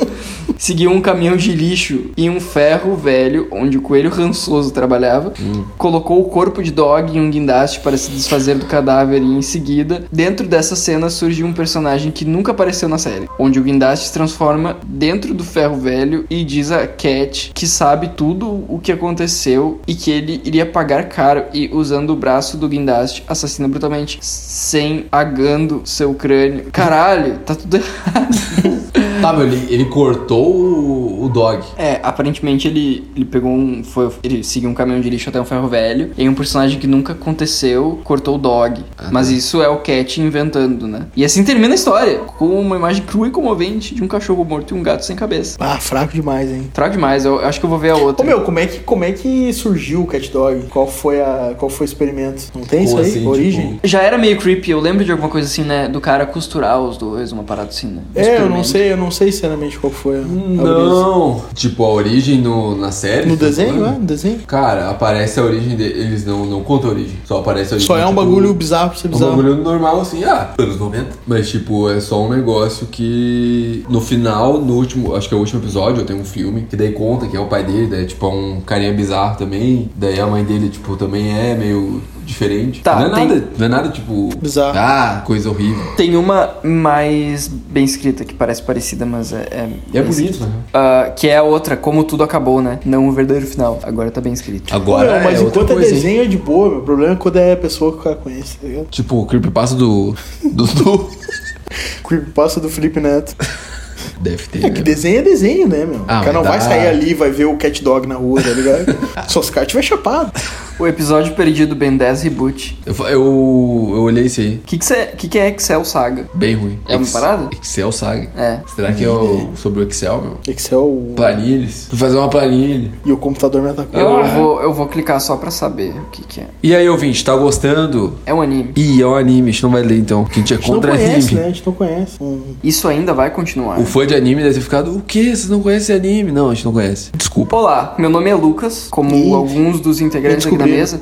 S3: seguiu um caminhão de lixo e um ferro velho, onde o coelho rançoso trabalhava, colocou o corpo de dog em um guindaste para se desfazer do cadáver e em seguida, dentro dessa cena surgiu um personagem que nunca apareceu na série, onde o guindaste se transforma dentro do ferro velho e diz a Cat que sabe tudo o que aconteceu e que ele iria pagar caro e usando o braço do guindaste assassina brutalmente sem agando seu crânio. Caralho, tá tudo errado.
S1: Tá, meu, ele, ele cortou o, o dog.
S3: É, aparentemente ele, ele pegou um. Foi, ele seguiu um caminhão de lixo até um ferro velho. E um personagem que nunca aconteceu cortou o dog.
S2: Ah, tá.
S3: Mas isso é o Cat inventando, né? E assim termina a história. Com uma imagem crua e comovente de um cachorro morto e um gato sem cabeça.
S2: Ah, fraco demais, hein?
S3: Trago demais, eu acho que eu vou ver a outra.
S2: Ô meu, como é que, como é que surgiu o Cat Dog? Qual foi a qual foi o experimento? Não
S3: É
S2: tem isso
S1: Como
S2: aí?
S1: assim,
S2: Origem?
S3: Já era meio creepy, eu lembro de alguma coisa assim, né? Do cara costurar os dois, uma parada assim, né? Um
S2: é, eu não
S3: experimento.
S2: sei, eu não sei sinceramente qual foi a, a origem.
S1: Não. Tipo, a origem no, na série?
S2: No
S1: tá
S2: desenho, é?
S1: falando?
S2: No desenho?
S1: Cara, aparece a origem dele. Eles não, não contam a origem. Só aparece a origem.
S2: Só é um
S1: tipo,
S2: bagulho bizarro pra ser
S1: Um
S2: bizarro.
S1: bagulho normal, assim, ah, anos 90. Mas, tipo, é só um negócio que no final, no último, acho que é o último episódio, eu tenho um filme, que daí conta que é o pai dele, daí, tipo, é um carinha bizarro também. Daí a mãe dele, tipo, também é meio diferente.
S3: Tá,
S1: não é
S3: tem-
S1: nada, não é nada, tipo,
S2: Bizarro.
S1: ah, coisa horrível.
S3: Tem uma mais bem escrita, que parece parecida, mas é. É,
S1: E é
S3: bem escrita.
S1: bonito, né?
S3: Ah, que é a outra, como tudo acabou, né? Não o verdadeiro final. Agora tá bem escrito.
S1: Agora
S2: Não, mas
S1: é outra
S2: enquanto é
S1: coisa, hein?
S2: desenho é de boa, meu. O problema é quando é pessoa que o cara conhece, tá ligado?
S1: Tipo, o creepypasta do. do. do...
S2: Creepypasta do Felipe Neto.
S1: Deve ter.
S2: É que
S1: né?
S2: desenho é desenho, né, meu?
S1: Ah,
S2: o cara
S1: mas
S2: não vai
S1: dá-
S2: sair ali e vai ver o Cat Dog na rua, tá ligado? Só se o cara tiver chapado.
S3: O episódio perdido do Ben 10 Reboot.
S1: Eu, fa- eu, eu olhei isso aí.
S3: O que, que, cê- que, que é Excel Saga?
S1: Bem ruim.
S3: É uma
S1: Ex-
S3: parada?
S1: Excel saga.
S3: É.
S1: Será que é o, sobre o Excel, meu?
S2: Excel
S1: Planilhas. Fui fazer uma planilha.
S2: e o computador me atacou.
S3: Eu,
S1: Ah.
S3: vou, eu vou clicar só pra saber o que, que é.
S1: E aí, ouvinte, tá gostando?
S3: É um anime.
S1: Ih, é um anime, a gente não vai ler então. Que a gente é
S2: A gente não
S1: contra
S2: conhece,
S1: anime.
S2: né? A gente não conhece. Hum.
S3: Isso ainda vai continuar.
S1: O fã de anime deve ter ficado, o quê? Vocês não conhecem anime? Não, a gente não conhece. Desculpa.
S3: Olá, meu nome é Lucas, como
S2: Ih,
S3: alguns dos integrantes aqui da
S2: descobri.
S3: mesa.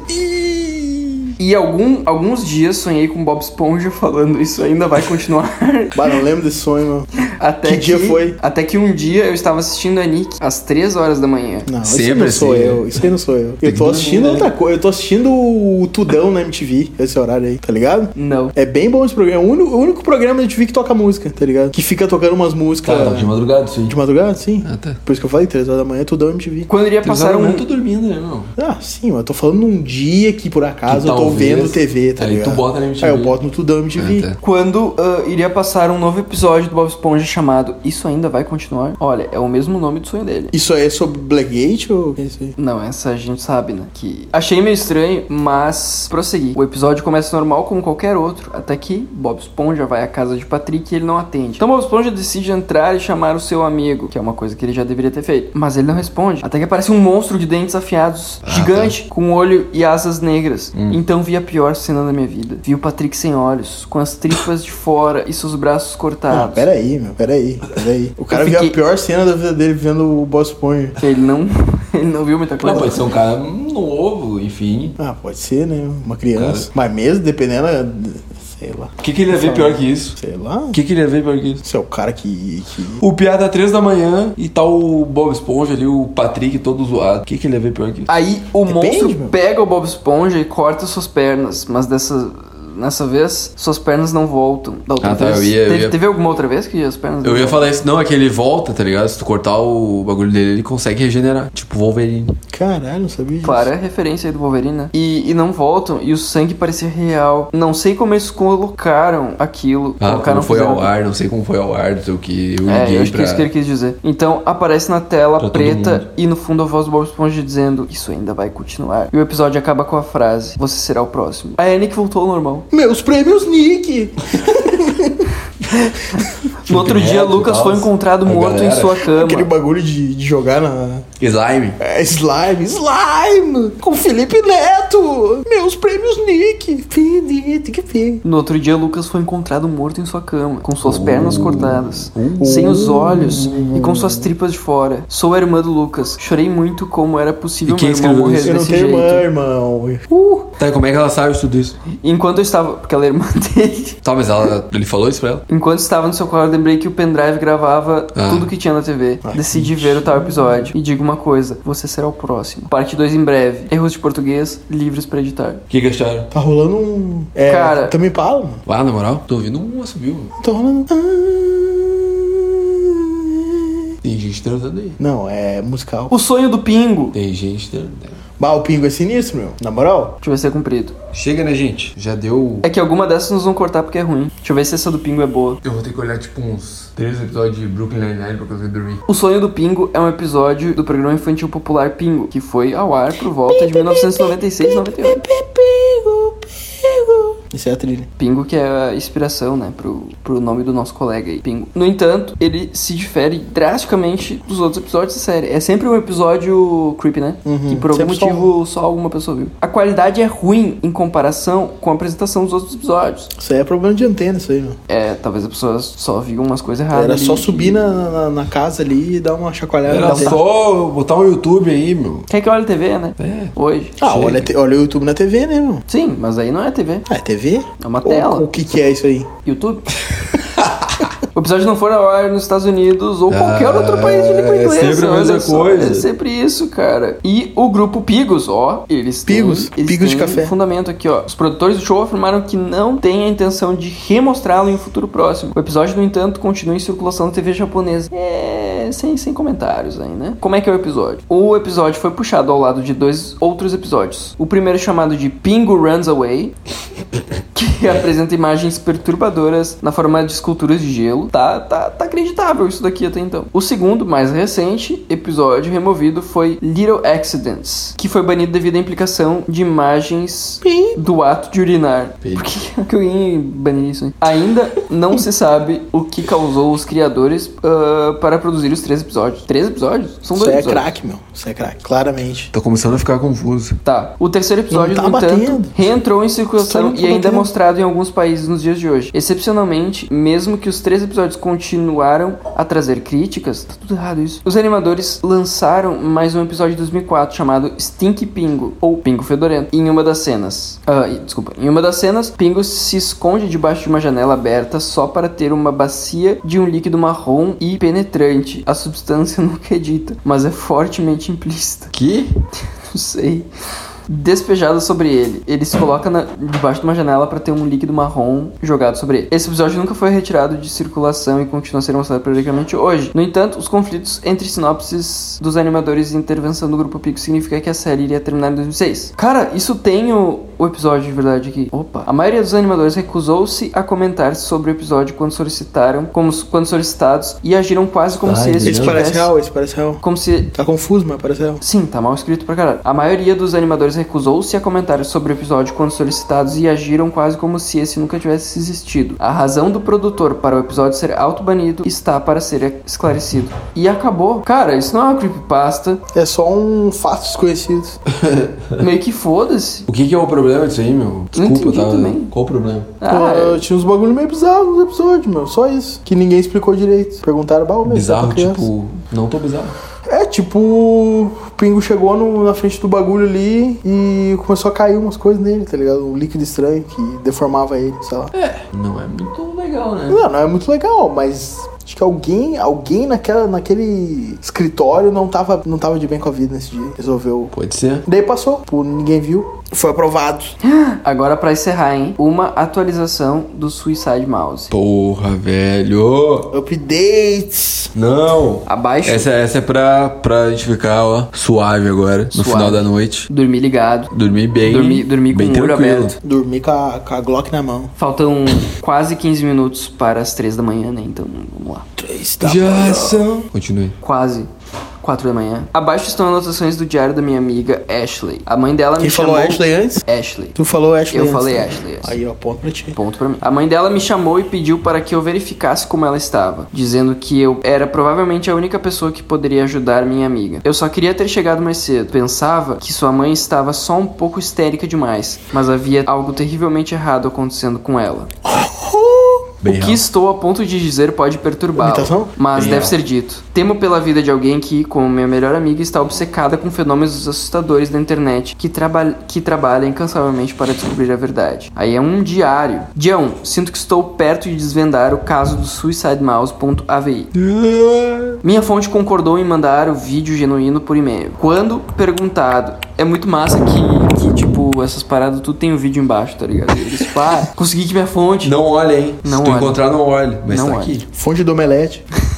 S3: E algum, alguns dias sonhei com Bob Esponja falando isso ainda vai continuar.
S2: Bah, não lembro desse sonho, meu.
S3: até
S2: Que dia foi?
S3: Até que um dia eu estava assistindo a Nick às 3 horas da manhã.
S2: Não, isso aí
S1: Sempre
S2: não sou
S1: assim,
S2: eu.
S1: né?
S2: Isso aí não sou eu.
S1: Tem
S2: Eu
S1: que
S2: tô
S1: dormir,
S2: assistindo
S1: né?
S2: outra coisa. Eu tô assistindo o Tudão na MTV, esse horário aí, tá ligado?
S3: Não.
S2: É bem bom esse programa. É o único, o único programa da MTV que toca música, tá ligado? Que fica tocando umas músicas.
S1: Cara, Tá, de madrugada, sim.
S2: de madrugada, sim.
S1: Ah, tá.
S2: Por isso que eu falei, 3 horas da manhã, é Tudão MTV.
S3: Quando iria passar um,
S1: tô dormindo, né, meu?
S2: Ah, sim, mas eu tô falando num dia que por acaso
S1: Que
S2: eu tô
S1: talvez-
S2: vendo TV, tá
S1: Aí tu
S2: ligado?
S1: bota na MTV.
S2: Aí eu boto no é Tudão MTV.
S1: Ah, tá.
S3: Quando ah, iria passar um novo episódio do Bob Esponja chamado Isso Ainda Vai Continuar? Olha, é o mesmo nome do sonho dele.
S2: Isso aí é sobre Blackgate ou o que é isso aí?
S3: Não, essa a gente sabe, né? Que achei meio estranho, mas prossegui. O episódio começa normal como qualquer outro, até que Bob Esponja vai à casa de Patrick e ele não atende. Então Bob Esponja decide entrar e chamar o seu amigo, que é uma coisa que ele já deveria ter feito. Mas ele não responde, até que aparece um monstro de dentes afiados, gigante, com um olho e asas negras. Então vi a pior cena da minha vida. Vi o Patrick sem olhos, com as tripas de fora e seus braços cortados.
S2: Ah, peraí, meu, peraí, peraí. O cara
S3: Eu fiquei-
S2: viu a pior cena da vida dele vendo o Boss Esponja.
S3: Ele não, ele não viu muita coisa.
S1: Não, pode ser um cara novo, enfim.
S2: Ah, pode ser, né? Uma criança. Mas mesmo, dependendo, é- sei lá,
S1: O que, que ele ia ver pior que isso?
S2: sei lá.
S1: O que, que ele ia ver pior que isso?
S2: Você é o cara que, que-
S1: O piada é três da manhã e tá o Bob Esponja ali, o Patrick todo zoado. O que, que ele ia ver pior que isso?
S3: Aí
S1: É
S3: o
S2: Depende,
S3: monstro
S2: meu.
S3: pega o Bob Esponja e corta suas pernas, mas dessa nessa vez suas pernas não voltam. Da outra
S1: Ah, tá,
S3: vez.
S1: eu ia- eu
S3: teve,
S1: ia-
S3: teve alguma outra vez que as pernas
S1: Eu
S3: não
S1: ia
S3: voltam?
S1: falar isso, não, é que ele volta, tá ligado? Se tu cortar o bagulho dele, ele consegue regenerar. Tipo Wolverine.
S2: Caralho, não sabia disso.
S3: Clara é a referência aí do Wolverine, né? E, e não voltam, e o sangue parecia real. Não sei como eles colocaram aquilo.
S1: Ah,
S3: colocaram
S1: como foi ao
S3: fizeram-
S1: ar, não sei como foi ao ar, do que eu
S3: É,
S1: liguei
S3: eu acho que é
S1: pra.
S3: isso que ele quis dizer. Então aparece na tela
S1: Pra todo mundo.
S3: preta e no fundo a voz do Bob Esponja dizendo: Isso ainda vai continuar. E o episódio acaba com a frase: Você será o próximo. A Nick voltou ao normal.
S2: Meus prêmios, Nick!
S3: No outro dia, Lucas foi encontrado
S1: A
S3: morto
S1: galera.
S3: em sua cama.
S2: Aquele bagulho de, de jogar na.
S1: Slime.
S2: É, slime, slime! Com Felipe Neto! Meus prêmios, Nick! Felipe, que fim.
S3: No outro dia, Lucas foi encontrado morto em sua cama, com suas
S1: Uh.
S3: pernas cortadas, sem os olhos e com suas tripas de fora. Sou a irmã do Lucas. Chorei muito como era possível
S1: E quem
S3: meu irmão
S1: escreveu
S3: morrer
S1: isso?
S2: Eu não
S3: desse
S2: tenho
S3: jeito.
S2: irmã, irmão.
S1: Tá, e como é que ela sabe de tudo isso?
S3: Enquanto eu estava... Porque ela é irmã dele.
S1: Tá, mas ela, ele falou isso pra ela?
S3: Enquanto estava no seu quarto da lembrei que o pendrive gravava
S1: Ah.
S3: tudo que tinha na TV.
S2: Ah,
S3: Decidi ver o tal episódio. E digo uma coisa: você será o próximo. Parte 2 em breve. Erros de português, livros pra editar.
S1: O que, que acharam?
S2: Tá rolando um. É,
S3: Cara.
S2: Também pala, mano.
S1: Ah, na moral, tô ouvindo um assobio.
S2: Tá rolando. um-
S1: Tem gente transando aí.
S2: Não, é musical.
S3: O sonho do pingo.
S1: Tem gente transando. aí.
S2: Bah, o pingo é sinistro, meu. Na moral?
S3: Deixa eu ver se é cumprido.
S1: Chega, né, gente? Já deu.
S3: É que alguma dessas nos vão cortar porque é ruim. Deixa eu ver se essa do pingo é boa.
S1: Eu vou ter que olhar, tipo, uns três episódios de Brooklyn Nine-Nine pra conseguir dormir.
S3: O Sonho do Pingo é um episódio do programa infantil popular Pingo, que foi ao ar por volta de 1996 98.
S2: Isso é a trilha.
S3: Pingo que é a inspiração, né, pro, pro nome do nosso colega aí, Pingo. No entanto, ele se difere drasticamente dos outros episódios da série. É sempre um episódio creepy, né?
S2: Uhum.
S3: Que por algum
S2: Sempre só um.
S3: motivo só alguma pessoa viu. A qualidade é ruim em comparação com a apresentação dos outros episódios.
S2: Isso aí é problema de antena, isso aí, meu.
S3: É, talvez as pessoas só viam umas coisas erradas.
S2: Era
S3: ali
S2: só subir
S3: e-
S2: na, na, na casa ali e dar uma chacoalhada.
S1: Era
S2: na tela.
S1: só botar um YouTube aí, meu.
S3: Quer que olhe TV, né?
S1: É.
S3: Hoje.
S2: Ah,
S1: Chega.
S2: olha, a te- olha o YouTube na TV, né, meu?
S3: Sim, mas aí não é TV.
S2: Ah, é TV?
S3: É uma
S2: Ou-
S3: tela.
S2: O que que é isso aí?
S3: YouTube? o episódio não for ao ar nos Estados Unidos ou qualquer
S1: Ah,
S3: outro país de língua
S1: é
S3: inglesa.
S1: sempre a
S3: olha
S1: mesma
S3: só,
S1: coisa.
S3: É sempre isso, cara. E o grupo Pigos, ó, eles
S2: Pigos,
S3: têm, eles
S2: Pigos de
S3: têm
S2: café.
S3: fundamento aqui, ó. Os produtores do show afirmaram que não têm a intenção de remostrá-lo em um futuro próximo. O episódio, no entanto, continua em circulação na TV japonesa. É, sem, sem comentários aí, né? Como é que é o episódio? O episódio foi puxado ao lado de dois outros episódios. O primeiro é chamado de Pingo Runs Away, que apresenta imagens perturbadoras na forma de esculturas de gelo. Tá, tá, tá acreditável isso daqui até então. O segundo, mais recente, episódio removido foi Little Accidents, que foi banido devido à implicação de imagens do ato de urinar.
S1: Pi.
S3: Por que que alguém baniu isso? hein? Ainda não se sabe o que causou os criadores ah, para produzir os três episódios. Três episódios? São
S2: Isso
S3: dois
S2: aí é
S3: episódios.
S2: craque, meu. Isso aí é craque, claramente.
S1: Tô começando a ficar confuso.
S3: Tá. O terceiro episódio,
S2: Não tá
S3: no entanto,
S2: batendo.
S3: reentrou em circulação
S2: Não tá
S3: e ainda é
S2: batendo.
S3: mostrado em alguns países nos dias de hoje. Excepcionalmente, mesmo que os três episódios continuaram a trazer críticas, tá tudo errado isso. Os animadores lançaram mais um episódio de 2004 chamado Stink Pingo, ou Pingo Fedorento, em uma das cenas. Ah, e- desculpa. Em uma das cenas, Pingo se esconde debaixo de uma janela aberta só para ter uma bacia de um líquido marrom e penetrante. A substância nunca é dita, mas é fortemente implícita.
S1: Que?
S3: Não sei. Despejada sobre ele. Ele se coloca na- debaixo de uma janela pra ter um líquido marrom jogado sobre ele. Esse episódio nunca foi retirado de circulação e continua a ser mostrado periodicamente hoje. No entanto, os conflitos entre sinopses dos animadores e intervenção do grupo Pico significa que a série iria terminar em 2006. Cara, isso tem o, o episódio de verdade aqui. Opa. A maioria dos animadores recusou-se a comentar sobre o episódio quando solicitaram, como quando solicitados, e agiram quase como
S1: Ai,
S3: se esse
S2: Isso parece
S3: tivesse-
S2: real, isso parece real.
S3: Como se
S2: Tá confuso, mas parece real.
S3: Sim, tá mal escrito pra caralho. A maioria dos animadores recusou-se a comentários sobre o episódio quando solicitados e agiram quase como se esse nunca tivesse existido. A razão do produtor para o episódio ser autobanido está para ser esclarecido. E acabou. Cara, isso não é uma creepypasta.
S2: É só um fato desconhecido.
S3: Meio que foda-se.
S1: O que, que é o problema disso aí, meu? Desculpa,
S3: entendi
S1: tá?
S3: também.
S1: Qual o problema?
S3: Ah,
S2: Pô, tinha uns bagulho meio bizarro nos episódios, meu. Só isso. Que ninguém explicou direito. Perguntaram, bah, ô, meu, tá
S1: Bizarro,
S2: pra criança."
S1: tipo. Não tô bizarro.
S2: É, tipo, o Pingo chegou no- na frente do bagulho ali e começou a cair umas coisas nele, tá ligado? Um líquido estranho que deformava ele, sei lá.
S1: Não é muito legal, né?
S2: Não, não é muito legal, mas acho que alguém, alguém naquela, naquele escritório não tava, não tava de bem com a vida nesse dia. Resolveu.
S1: Pode ser.
S2: Daí passou, pô, ninguém viu. Foi aprovado.
S3: agora pra encerrar, hein? Uma atualização do Suicide Mouse.
S1: Porra, velho!
S2: Updates.
S1: Não!
S3: Abaixo,
S1: Essa, essa é pra, pra gente ficar, ó, suave agora, no
S3: Suave.
S1: final da noite.
S3: dormir ligado.
S1: Dormir bem.
S3: Dormir- dormir com
S1: bem
S3: o olho
S1: tranquilo.
S3: aberto.
S2: Dormi com a, com a Glock na mão.
S3: Faltam quase 15 minutos para as 3 da manhã, né? Então, vamos lá.
S2: Três da
S1: Já
S2: manhã.
S1: são. Continue.
S3: Quase. 4 da manhã. Abaixo estão anotações do diário da minha amiga Ashley. A mãe dela me
S2: Quem falou
S3: chamou...
S2: Ashley antes?
S3: Ashley.
S2: Tu falou Ashley
S3: Eu
S2: antes,
S3: falei
S2: né?
S3: Ashley antes.
S2: Aí, ó, ponto pra ti.
S3: Ponto pra mim. A mãe dela me chamou e pediu para que eu verificasse como ela estava, dizendo que eu era provavelmente a única pessoa que poderia ajudar minha amiga. Eu só queria ter chegado mais cedo. Pensava que sua mãe estava só um pouco histérica demais, mas havia algo terrivelmente errado acontecendo com ela.
S1: Bem
S3: o que
S1: real.
S3: estou a ponto de dizer pode perturbar,
S2: Imitação?
S3: mas
S1: Bem
S3: deve
S1: real.
S3: ser dito. Temo pela vida de alguém que, como minha melhor amiga, está obcecada com fenômenos assustadores da internet que, traba que trabalha incansavelmente para descobrir a verdade. Aí é um diário. Dia 1. Sinto que estou perto de desvendar o caso do suicidemouse.avi. Minha fonte concordou em mandar o vídeo genuíno por e-mail. Quando perguntado, é muito massa que, que, tipo, essas paradas tudo tem o vídeo embaixo, tá ligado? Eles, tipo, ah, consegui que minha fonte.
S1: Não olha, hein?
S3: Não
S1: Se tu
S3: olha.
S1: encontrar, não olhe. Mas
S3: Não
S1: tá
S3: olhe.
S1: aqui.
S2: Fonte do Omelete.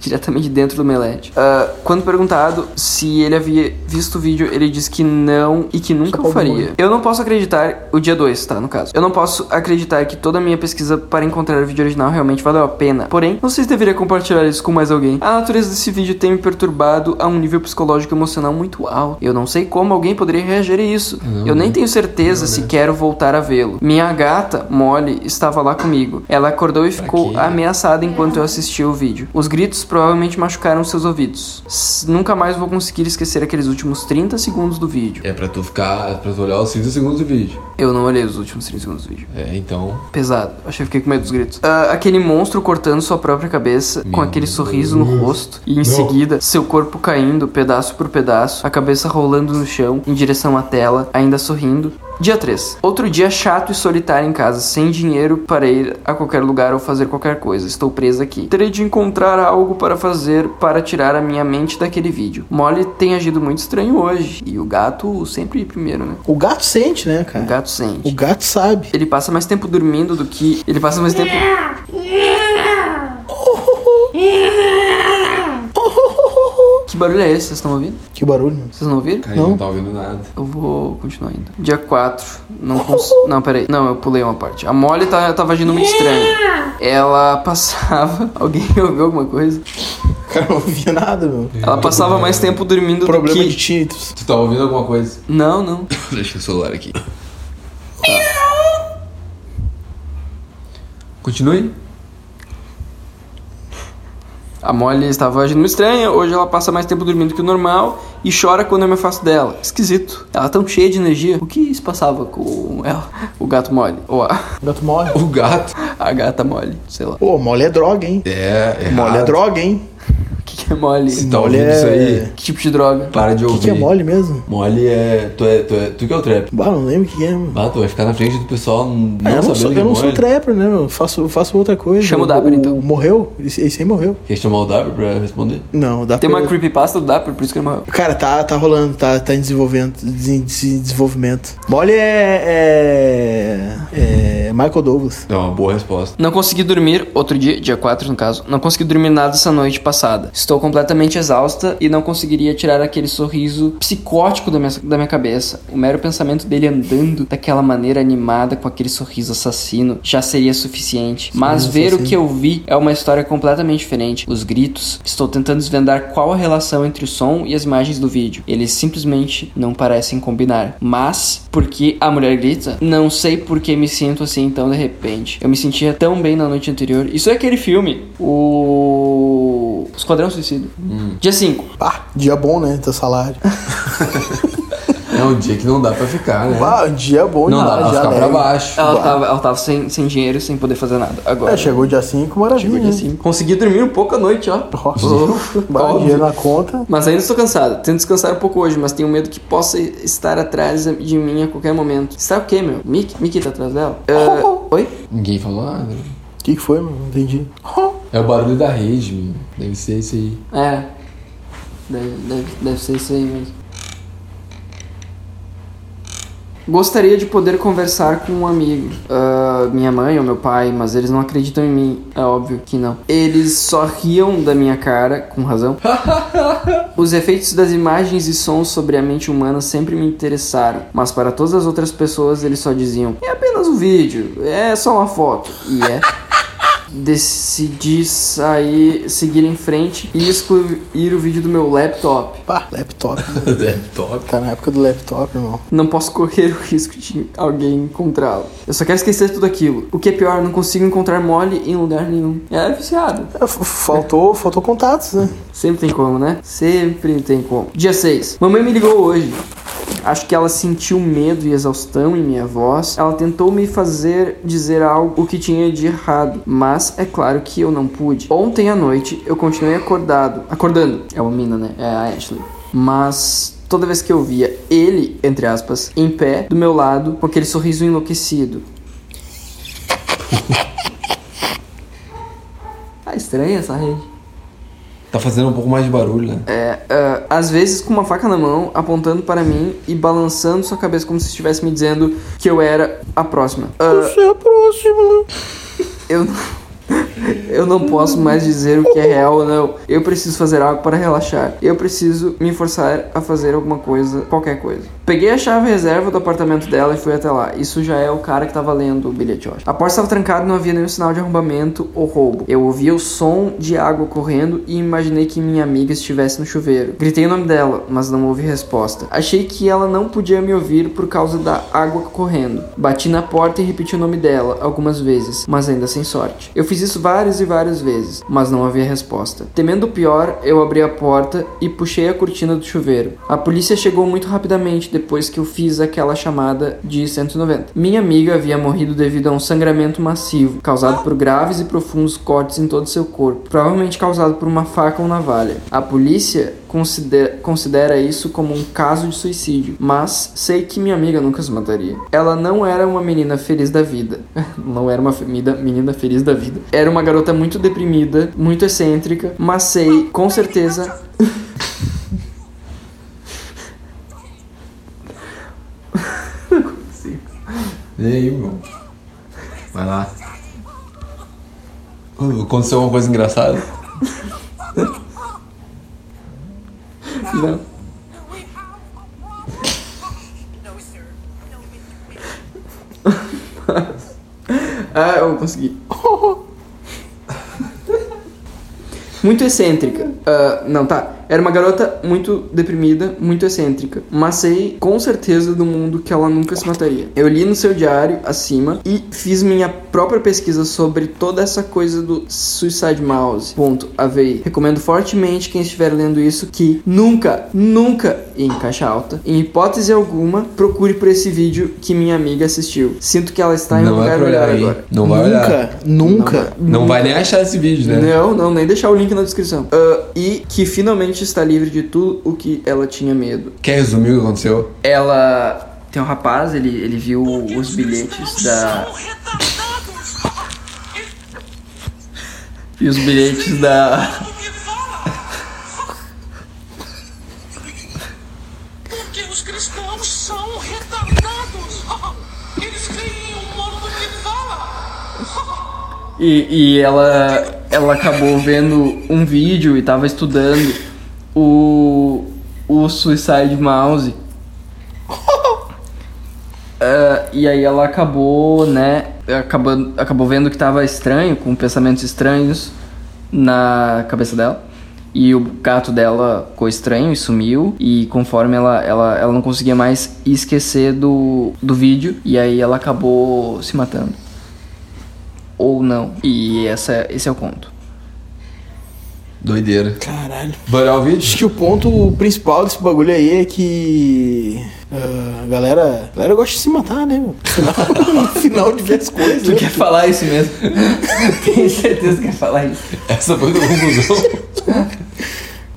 S3: diretamente dentro do Melete. Ah, quando perguntado se ele havia visto o vídeo, ele disse que não e que nunca o faria. Eu não posso acreditar, o dia 2, tá, no caso. Eu não posso acreditar que toda a minha pesquisa para encontrar o vídeo original realmente valeu a pena. Porém, não sei se deveria compartilhar isso com mais alguém. A natureza desse vídeo tem me perturbado a um nível psicológico e emocional muito alto. Eu não sei como alguém poderia reagir a isso. Eu nem tenho certeza se quero voltar a vê-lo. Minha gata, Molly, estava lá comigo. Ela acordou e ficou
S1: quê?
S3: a ameaçada enquanto eu assistia o vídeo. Os gritos provavelmente machucaram seus ouvidos. S- nunca mais vou conseguir esquecer aqueles últimos 30 segundos do vídeo.
S1: É pra tu ficar, é pra tu olhar os 5 segundos do vídeo.
S3: Eu não olhei os últimos 30 segundos do vídeo.
S1: É, então.
S3: Pesado. Achei que fiquei com medo dos gritos. Ah, aquele monstro cortando sua própria cabeça, com aquele sorriso no rosto, e em seguida, seu corpo caindo pedaço por pedaço, a cabeça rolando no chão, em direção à tela, ainda sorrindo. Dia 3. Outro dia chato e solitário em casa, sem dinheiro para ir a qualquer lugar ou fazer qualquer coisa. Estou presa aqui. Terei de encontrar algo para fazer para tirar a minha mente daquele vídeo. Molly tem agido muito estranho hoje. E o gato sempre primeiro, né?
S2: O gato sente, né,
S3: O
S2: cara?
S3: gato sente.
S2: O gato sabe.
S3: Ele passa mais tempo dormindo do que. Ele passa mais tempo. Que barulho é esse? Vocês estão ouvindo?
S2: Que barulho.
S3: Vocês não ouviram?
S1: Cara, não.
S2: Não.
S1: não tá ouvindo nada.
S3: Eu vou continuar ainda. Dia 4. Não consigo. Não, peraí. Não, eu pulei uma parte. A Molly tá, tava agindo muito estranho. Ela passava. Alguém ouviu alguma coisa?
S2: O cara não ouvia nada, meu.
S3: Ela passava mais tempo dormindo do
S2: Problema
S3: que.
S2: de títulos.
S1: Tu tá ouvindo alguma coisa?
S3: Não, não.
S1: Deixa o celular aqui. Continue.
S3: A Molly estava agindo muito estranha, hoje ela passa mais tempo dormindo que o normal e chora quando eu me afasto dela. Esquisito. Ela é tão cheia de energia. O que se passava com ela? O gato Molly. Ou a,
S2: O gato morre.
S1: O gato.
S3: a gata Molly, sei lá.
S2: Pô, mole é droga, hein?
S1: É, é.
S2: Mole é droga, hein?
S3: O que, que é Molly?
S1: Se tá
S2: Mole
S1: ouvindo
S2: é-
S1: isso aí,
S3: Que tipo de droga?
S1: para de
S2: O
S1: ouvir.
S2: que, que é mole mesmo?
S1: Mole é. Tu, é, tu, é, tu que é o trap.
S2: Bah, não lembro o que que é, mano.
S1: Ah, tu vai ficar na frente do pessoal não
S2: Ah, eu não
S1: sabendo
S2: sou,
S1: que
S2: eu não sou
S1: mole.
S2: trapper, né, meu? Eu faço, eu faço outra coisa.
S3: Chama o
S2: O-
S3: Dapper,
S2: o-
S3: então.
S2: Morreu? Esse, esse aí morreu.
S1: Quer chamar o W pra responder?
S2: Não, o Dapper...
S3: Tem uma creepypasta do Dapper, por isso que ele morreu.
S2: Cara, tá, tá rolando, tá, tá em desenvolvimento. des- des- desenvolvimento. Mole é, é. é Michael Douglas.
S1: É uma boa resposta.
S3: Não consegui dormir, outro dia, dia 4 no caso, não consegui dormir nada essa noite passada. Estou completamente exausta e não conseguiria tirar aquele sorriso psicótico da minha, da minha cabeça. O mero pensamento dele andando daquela maneira animada com aquele sorriso assassino já seria suficiente. Mas ver o que eu vi é uma história completamente diferente. Os gritos, estou tentando desvendar qual a relação entre o som e as imagens do vídeo. Eles simplesmente não parecem combinar. Mas, porque a mulher grita? Não sei porque me sinto assim tão de repente. Eu me sentia tão bem na noite anterior. Isso é aquele filme, o. Esquadrão Suicida. Dia 5.
S2: Ah, dia bom, né? Teu salário.
S1: É um dia que não dá pra ficar, né?
S2: Ah, dia bom,
S1: não
S2: né?
S1: dá pra
S2: Dia
S1: ficar pra
S2: alegre.
S1: baixo.
S3: Ela tava, ela tava sem, sem dinheiro, sem poder fazer nada. Agora.
S2: É, chegou dia 5, maravilha.
S3: Chegou dia
S2: né?
S3: 5. Consegui dormir um pouco à noite, ó.
S2: Nossa.
S3: Uf,
S2: Bah,
S3: óbvio.
S2: dinheiro na conta.
S3: Mas ainda estou cansado. Tento descansar um pouco hoje, mas tenho medo que possa estar atrás de mim a qualquer momento. Está o quê, meu? Mickey? Mickey tá atrás dela? Ah, Oi?
S1: Ninguém falou nada.
S2: O que, que foi, meu? Não entendi.
S1: É o barulho da rede, menino. Deve ser isso aí.
S3: É. Deve, deve, deve ser isso aí mesmo. Gostaria de poder conversar com um amigo. Ah, minha mãe ou meu pai, mas eles não acreditam em mim. É óbvio que não. Eles só riam da minha cara, com razão. Os efeitos das imagens e sons sobre a mente humana sempre me interessaram, mas para todas as outras pessoas eles só diziam: é apenas um vídeo, é só uma foto. E é decidi sair, seguir em frente e excluir o vídeo do meu laptop.
S2: Pá, laptop.
S1: é top.
S2: tá na época do laptop, irmão.
S3: Não posso correr o risco de alguém encontrá-lo. Eu só quero esquecer tudo aquilo. O que é pior, não consigo encontrar mole em lugar nenhum. É viciado.
S2: É, f- Faltou, faltou contatos, né?
S3: Sempre tem como, né? Sempre tem como. Dia 6. Mamãe me ligou hoje. Acho que ela sentiu medo e exaustão em minha voz. Ela tentou me fazer dizer algo o que tinha de errado, mas é claro que eu não pude. Ontem à noite eu continuei acordado. Acordando. É uma mina, né? É a Ashley. Mas toda vez que eu via ele, entre aspas, em pé do meu lado, com aquele sorriso enlouquecido. ah, estranha essa rede.
S1: Tá fazendo um pouco mais de barulho, né?
S3: Ah, às vezes com uma faca na mão, apontando para mim e balançando sua cabeça como se estivesse me dizendo que eu era a próxima. Ah,
S4: Você é próximo.
S3: eu não- Eu não posso mais dizer o que é real ou não. Eu preciso fazer algo para relaxar. Eu preciso me forçar a fazer alguma coisa, qualquer coisa. Peguei a chave reserva do apartamento dela e fui até lá. Isso já é o cara que tava lendo o bilhete, eu acho. A porta estava trancada e não havia nenhum sinal de arrombamento ou roubo. Eu ouvia o som de água correndo e imaginei que minha amiga estivesse no chuveiro. Gritei o nome dela, mas não houve resposta. Achei que ela não podia me ouvir por causa da água correndo. Bati na porta e repeti o nome dela algumas vezes, mas ainda sem sorte. Eu fiz isso várias e várias vezes, mas não havia resposta. Temendo o pior, eu abri a porta e puxei a cortina do chuveiro. A polícia chegou muito rapidamente depois que eu fiz aquela chamada de 190. Minha amiga havia morrido devido a um sangramento massivo, causado por graves e profundos cortes em todo seu corpo, provavelmente causado por uma faca ou navalha. A polícia considera, considera isso como um caso de suicídio, mas sei que minha amiga nunca se mataria. Ela não era uma menina feliz da vida. não era uma femida- menina feliz da vida. Era uma garota muito deprimida, muito excêntrica, mas sei com certeza.
S1: E aí, meu? Vai lá. Uh, Aconteceu alguma coisa engraçada?
S3: Não. Ah, eu consegui. Muito excêntrica. Ah, não, tá. Era uma garota muito deprimida, muito excêntrica. Mas sei com certeza do mundo que ela nunca se mataria. Eu li no seu diário acima e fiz minha própria pesquisa sobre toda essa coisa do Suicide Mouse. Ponto. AVI. Recomendo fortemente quem estiver lendo isso que nunca, nunca, e em caixa alta, em hipótese alguma, procure por esse vídeo que minha amiga assistiu. Sinto que ela
S2: Tá
S3: está em um
S1: não vai
S3: lugar
S1: pra
S3: melhor
S1: olhar aí.
S3: agora.
S1: Não vai olhar.
S2: Nunca, nunca.
S1: Não vai nem achar esse vídeo, né?
S3: Não, não, nem deixar o link na descrição. Ah, e que finalmente está livre de tudo o que ela tinha medo.
S1: Quer resumir o que aconteceu?
S3: Ela. Tem um rapaz, ele, ele viu os bilhetes da. E os bilhetes da.
S5: Porque os cristãos são retardados. Eles creem em um mundo que fala.
S3: E, e ela. Ela acabou vendo um vídeo e tava estudando o. O Suicide Mouse. Ah, e aí ela acabou, né? Acabou, acabou vendo que tava estranho, com pensamentos estranhos na cabeça dela. E o gato dela ficou estranho e sumiu. E conforme ela, ela, ela não conseguia mais esquecer do, do vídeo. E aí ela acabou se matando. Ou não. E essa, esse é o conto.
S1: Doideira.
S2: Caralho.
S1: Vai olhar o
S2: Acho
S1: vídeo?
S2: que o ponto principal desse bagulho aí é que. ah, a galera, a galera gosta de se matar, né, meu? No final, no final de ver as coisas.
S1: é
S2: né?
S3: falar isso mesmo? Tenho certeza que quer falar isso.
S1: Essa foi a conclusão.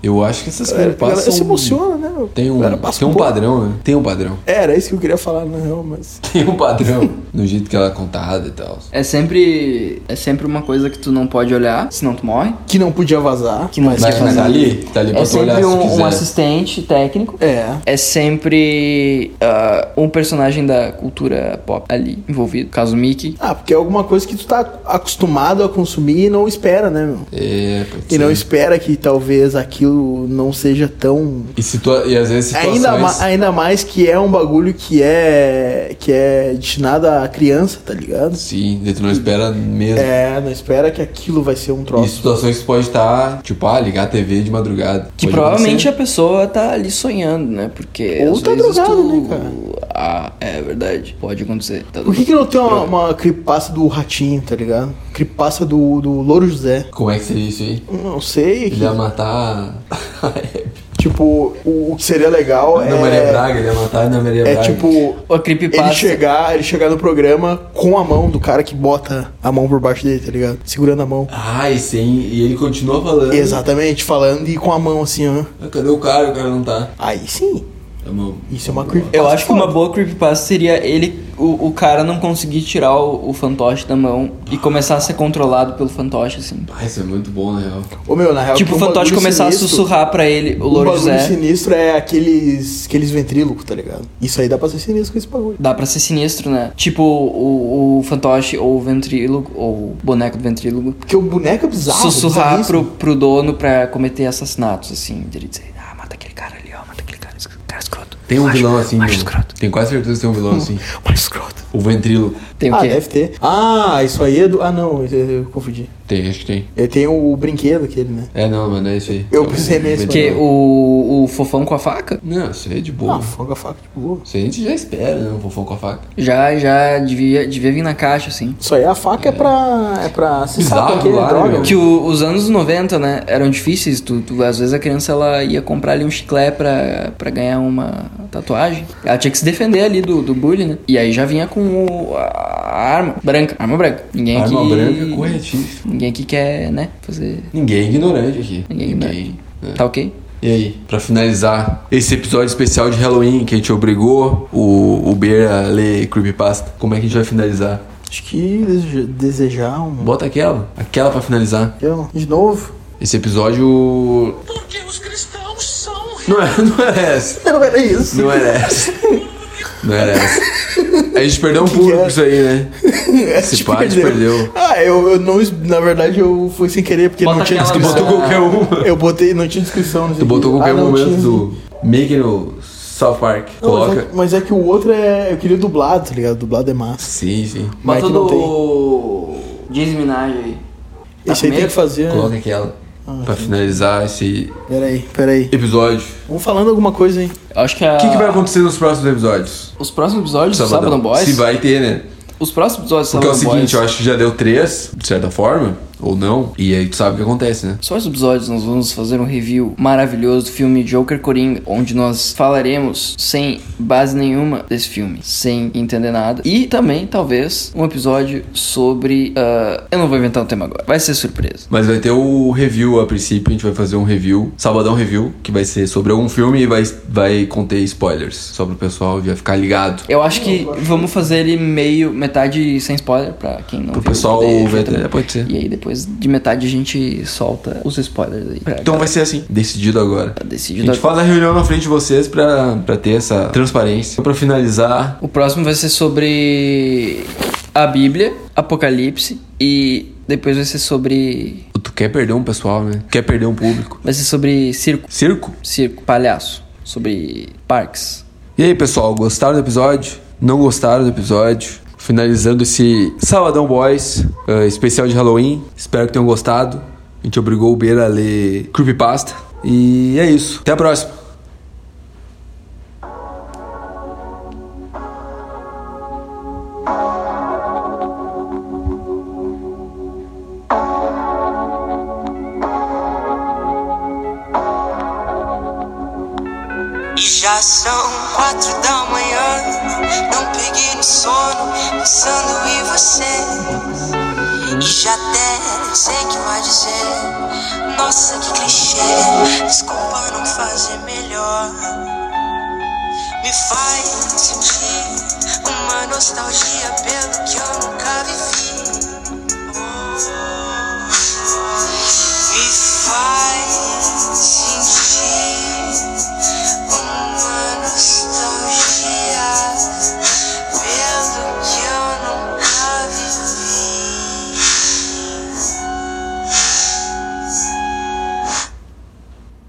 S1: Eu acho que essas
S2: É, A galera,
S1: coisas passam.
S2: se emociona, né? meu?
S1: Tem um,
S2: A galera passa
S1: tem um
S2: pouco.
S1: padrão, né? Tem um padrão.
S2: Era isso que eu queria falar, na real, mas.
S1: Tem um padrão. no jeito que ela é contada e tal.
S3: É sempre, é sempre uma coisa que tu não pode olhar, senão tu morre.
S2: Que não podia vazar. Que não
S1: Mas, mas tá ali, tá ali pra
S3: É
S1: tu olhar
S3: sempre
S1: se
S3: um,
S1: quiser.
S3: um assistente técnico.
S2: É.
S3: É sempre ah, um personagem da cultura pop ali envolvido. Caso Mickey.
S2: Ah, porque é alguma coisa que tu tá acostumado a consumir e não espera, né, meu?
S1: É, pode
S2: E
S1: ser.
S2: não espera que talvez aquilo não seja tão.
S1: E, situa... e às vezes situações...
S2: Ainda, ma- ainda mais que é um bagulho que é. que é destinado à criança, tá ligado?
S1: Sim, daí tu não espera mesmo.
S2: É, não espera que aquilo vai ser um
S1: E
S2: troço.
S1: situações que pode estar, tipo, ah, ligar a TV de madrugada.
S3: Que
S1: Pode
S3: provavelmente
S1: acontecer.
S3: a pessoa tá ali sonhando, né? Porque.
S2: Ou
S3: às
S2: tá
S3: vezes
S2: drogado,
S3: tu-
S2: né, cara?
S3: Ah, é verdade. Pode acontecer. Tá
S2: Por que,
S3: drogado.
S2: que não tem uma, uma creepypasta do ratinho, tá ligado? Creepypasta do, do Louro José.
S1: Como é que seria isso aí?
S2: Não sei.
S1: Ele
S2: Que,
S1: ia matar a Abby.
S2: Tipo, o o que seria legal é.
S1: Ana Maria Braga, ele ia matar a Ana Maria
S2: É
S1: Braga.
S2: tipo,
S6: A creepypasta.
S2: ele chegar, ele chegar no programa com a mão do cara que bota a mão por baixo dele, tá ligado? Segurando a mão.
S1: Ah, e sim, e ele continua falando.
S2: Exatamente, falando e com a mão assim, ó.
S1: Ah, Cadê o cara? O cara não tá.
S2: Aí sim,
S1: É uma-
S2: isso é uma creepypasta.
S3: Eu acho que uma boa creepypasta seria ele, o, o cara não conseguir tirar o, o fantoche da mão e começar a ser controlado pelo fantoche, assim.
S1: Ah, isso é muito bom, na real.
S2: Ô, meu, na real,
S3: tipo,
S2: que
S3: o
S2: um
S3: fantoche
S2: bagulho
S3: começar
S2: sinistro-
S3: a sussurrar pra ele, o
S2: Um
S3: Louro
S2: bagulho
S3: José.
S2: sinistro é aqueles, aqueles ventrílocos, tá ligado? Isso aí dá pra ser sinistro com esse bagulho.
S3: Dá pra ser sinistro, né? Tipo o, o fantoche ou o ventrílogo, ou o boneco do ventrílogo,
S2: Porque o boneco é bizarro.
S3: sussurrar pro,
S2: bizarríssimo.
S3: pro dono pra cometer assassinatos, assim. Dele dizer, ah, mata aquele cara ali, ó, mata aquele cara, esse cara escroto.
S1: Tem um vilão assim,
S3: acho
S1: mano.
S3: escroto.
S1: Tem quase certeza que tem um vilão assim.
S2: Mais escroto.
S1: O ventríloco.
S3: Tem o
S2: Ah,
S3: quê?
S2: deve ter. Ah, isso aí é do. Ah, não, eu, eu confundi.
S1: Tem, acho que tem.
S2: Ele tem o brinquedo aquele, né?
S1: É, não, mano, é isso aí.
S2: Eu pensei nesse,
S3: Porque
S1: Porque
S3: o, o fofão com a faca
S1: Não, isso aí é de boa.
S3: Uhum.
S2: Ah, foga a faca de boa.
S1: Isso aí a gente já espera, né? Um fofão com a faca.
S3: já, já devia, devia vir na caixa, assim.
S2: Isso aí, a faca é, pra. É pra. Você
S1: Bizarro,
S2: sabe aquele
S1: claro,
S2: droga?
S1: meu.
S3: Que o- os anos 90, né, eram difíceis. Tu, tu- às vezes a criança ela ia comprar ali um chiclete pra, pra ganhar uma tatuagem. Ela tinha que se defender ali do, do bullying, né? E aí já vinha com o- a arma branca. Arma branca. Ninguém
S1: Arma
S3: aqui.
S1: branca, corretíssimo.
S3: Ninguém aqui quer, né? Fazer.
S1: Ninguém é ignorante aqui.
S3: Ninguém é ignorante.
S1: né?
S3: Tá ok?
S1: E aí, pra finalizar esse episódio especial de Halloween que a gente obrigou o, o Beer a ler Creepypasta, como é que a gente vai finalizar?
S2: Acho que deseja- desejar um.
S1: Bota aquela, aquela pra finalizar.
S2: Eu, De novo?
S1: Esse episódio.
S5: Porque os cristãos são
S1: Não era, não era essa.
S2: Não era isso.
S3: é?
S1: Não era essa. Não era essa. A gente perdeu um público
S2: é?
S1: isso aí, né? Esse pai te perdeu.
S2: tipo Ah, eu, eu não. Na verdade, eu fui sem querer, porque
S3: Bota
S2: não tinha
S3: aquela-
S1: Tu botou qualquer uma.
S2: Eu botei, não tinha inscrição. Não sei
S1: Ah. Tu
S2: o
S1: botou
S2: quê.
S1: qualquer
S2: Ah, não
S1: momento
S2: tinha.
S1: do Make no South Park.
S2: Não, mas, é,
S1: Coloca.
S2: que- mas é que o outro é. Eu queria dublado, tá ligado? Dublado é massa.
S1: Sim, sim.
S2: Mas
S3: Bota
S2: que não
S3: do. James Minaj aí.
S2: Esse aí tem
S3: primeiro?
S2: que fazer.
S1: Ah,
S2: né?
S1: Coloca aquela.
S2: Ah,
S1: Pra finalizar esse
S2: Peraí, peraí.
S1: episódio.
S2: Vamos falando alguma coisa, hein?
S3: Acho que a.
S1: O que, que vai acontecer nos próximos episódios?
S3: Os próximos episódios do Sabadão Boys.
S1: Se vai ter, né?
S3: Os próximos episódios do
S1: Porque é o
S3: Sabadão Boys.
S1: seguinte, eu acho que já deu três, de certa forma, ou não. E aí tu sabe o que acontece, né?
S3: Só os episódios nós vamos fazer um review maravilhoso do filme Joker Coringa, onde nós falaremos sem base nenhuma desse filme, sem entender nada. E também, talvez, um episódio sobre. ah, eu não vou inventar um tema agora, vai ser surpresa.
S1: Mas vai ter o review a princípio, a gente vai fazer um review, sabadão review, que vai ser sobre algum filme e vai, vai conter spoilers. Só pro pessoal já ficar ligado.
S3: Eu acho que vamos fazer ele meio, metade sem spoiler, pra quem não.
S1: Pro
S3: viu,
S1: pessoal
S3: poder
S1: ver,
S3: também.
S1: é, pode ser.
S3: E aí depois de metade a gente solta os spoilers aí. pra
S1: Então
S3: galera.
S1: vai ser assim, decidido agora.
S3: decidido
S1: a gente faz a reunião na frente de vocês pra, pra ter essa transparência. Pra finalizar,
S3: O próximo vai ser sobre a Bíblia, Apocalipse e depois vai ser sobre
S1: tu quer perder um pessoal, né? Quer perder um público.
S3: vai ser é sobre circo,
S1: Circo?
S3: circo, palhaço, sobre parques.
S1: E aí, pessoal, gostaram do episódio? Não gostaram do episódio? Finalizando esse Sabadão Boys, eh, especial de Halloween. Espero que tenham gostado. A gente obrigou o Beira a ler Creepypasta. E é isso. Até a próxima.
S7: E já são quatro da manhã. Não peguei no sono, pensando em você. E já até sei que vai dizer: Nossa, que clichê. Desculpa não fazer melhor. Me faz sentir uma nostalgia pelo que eu Oh.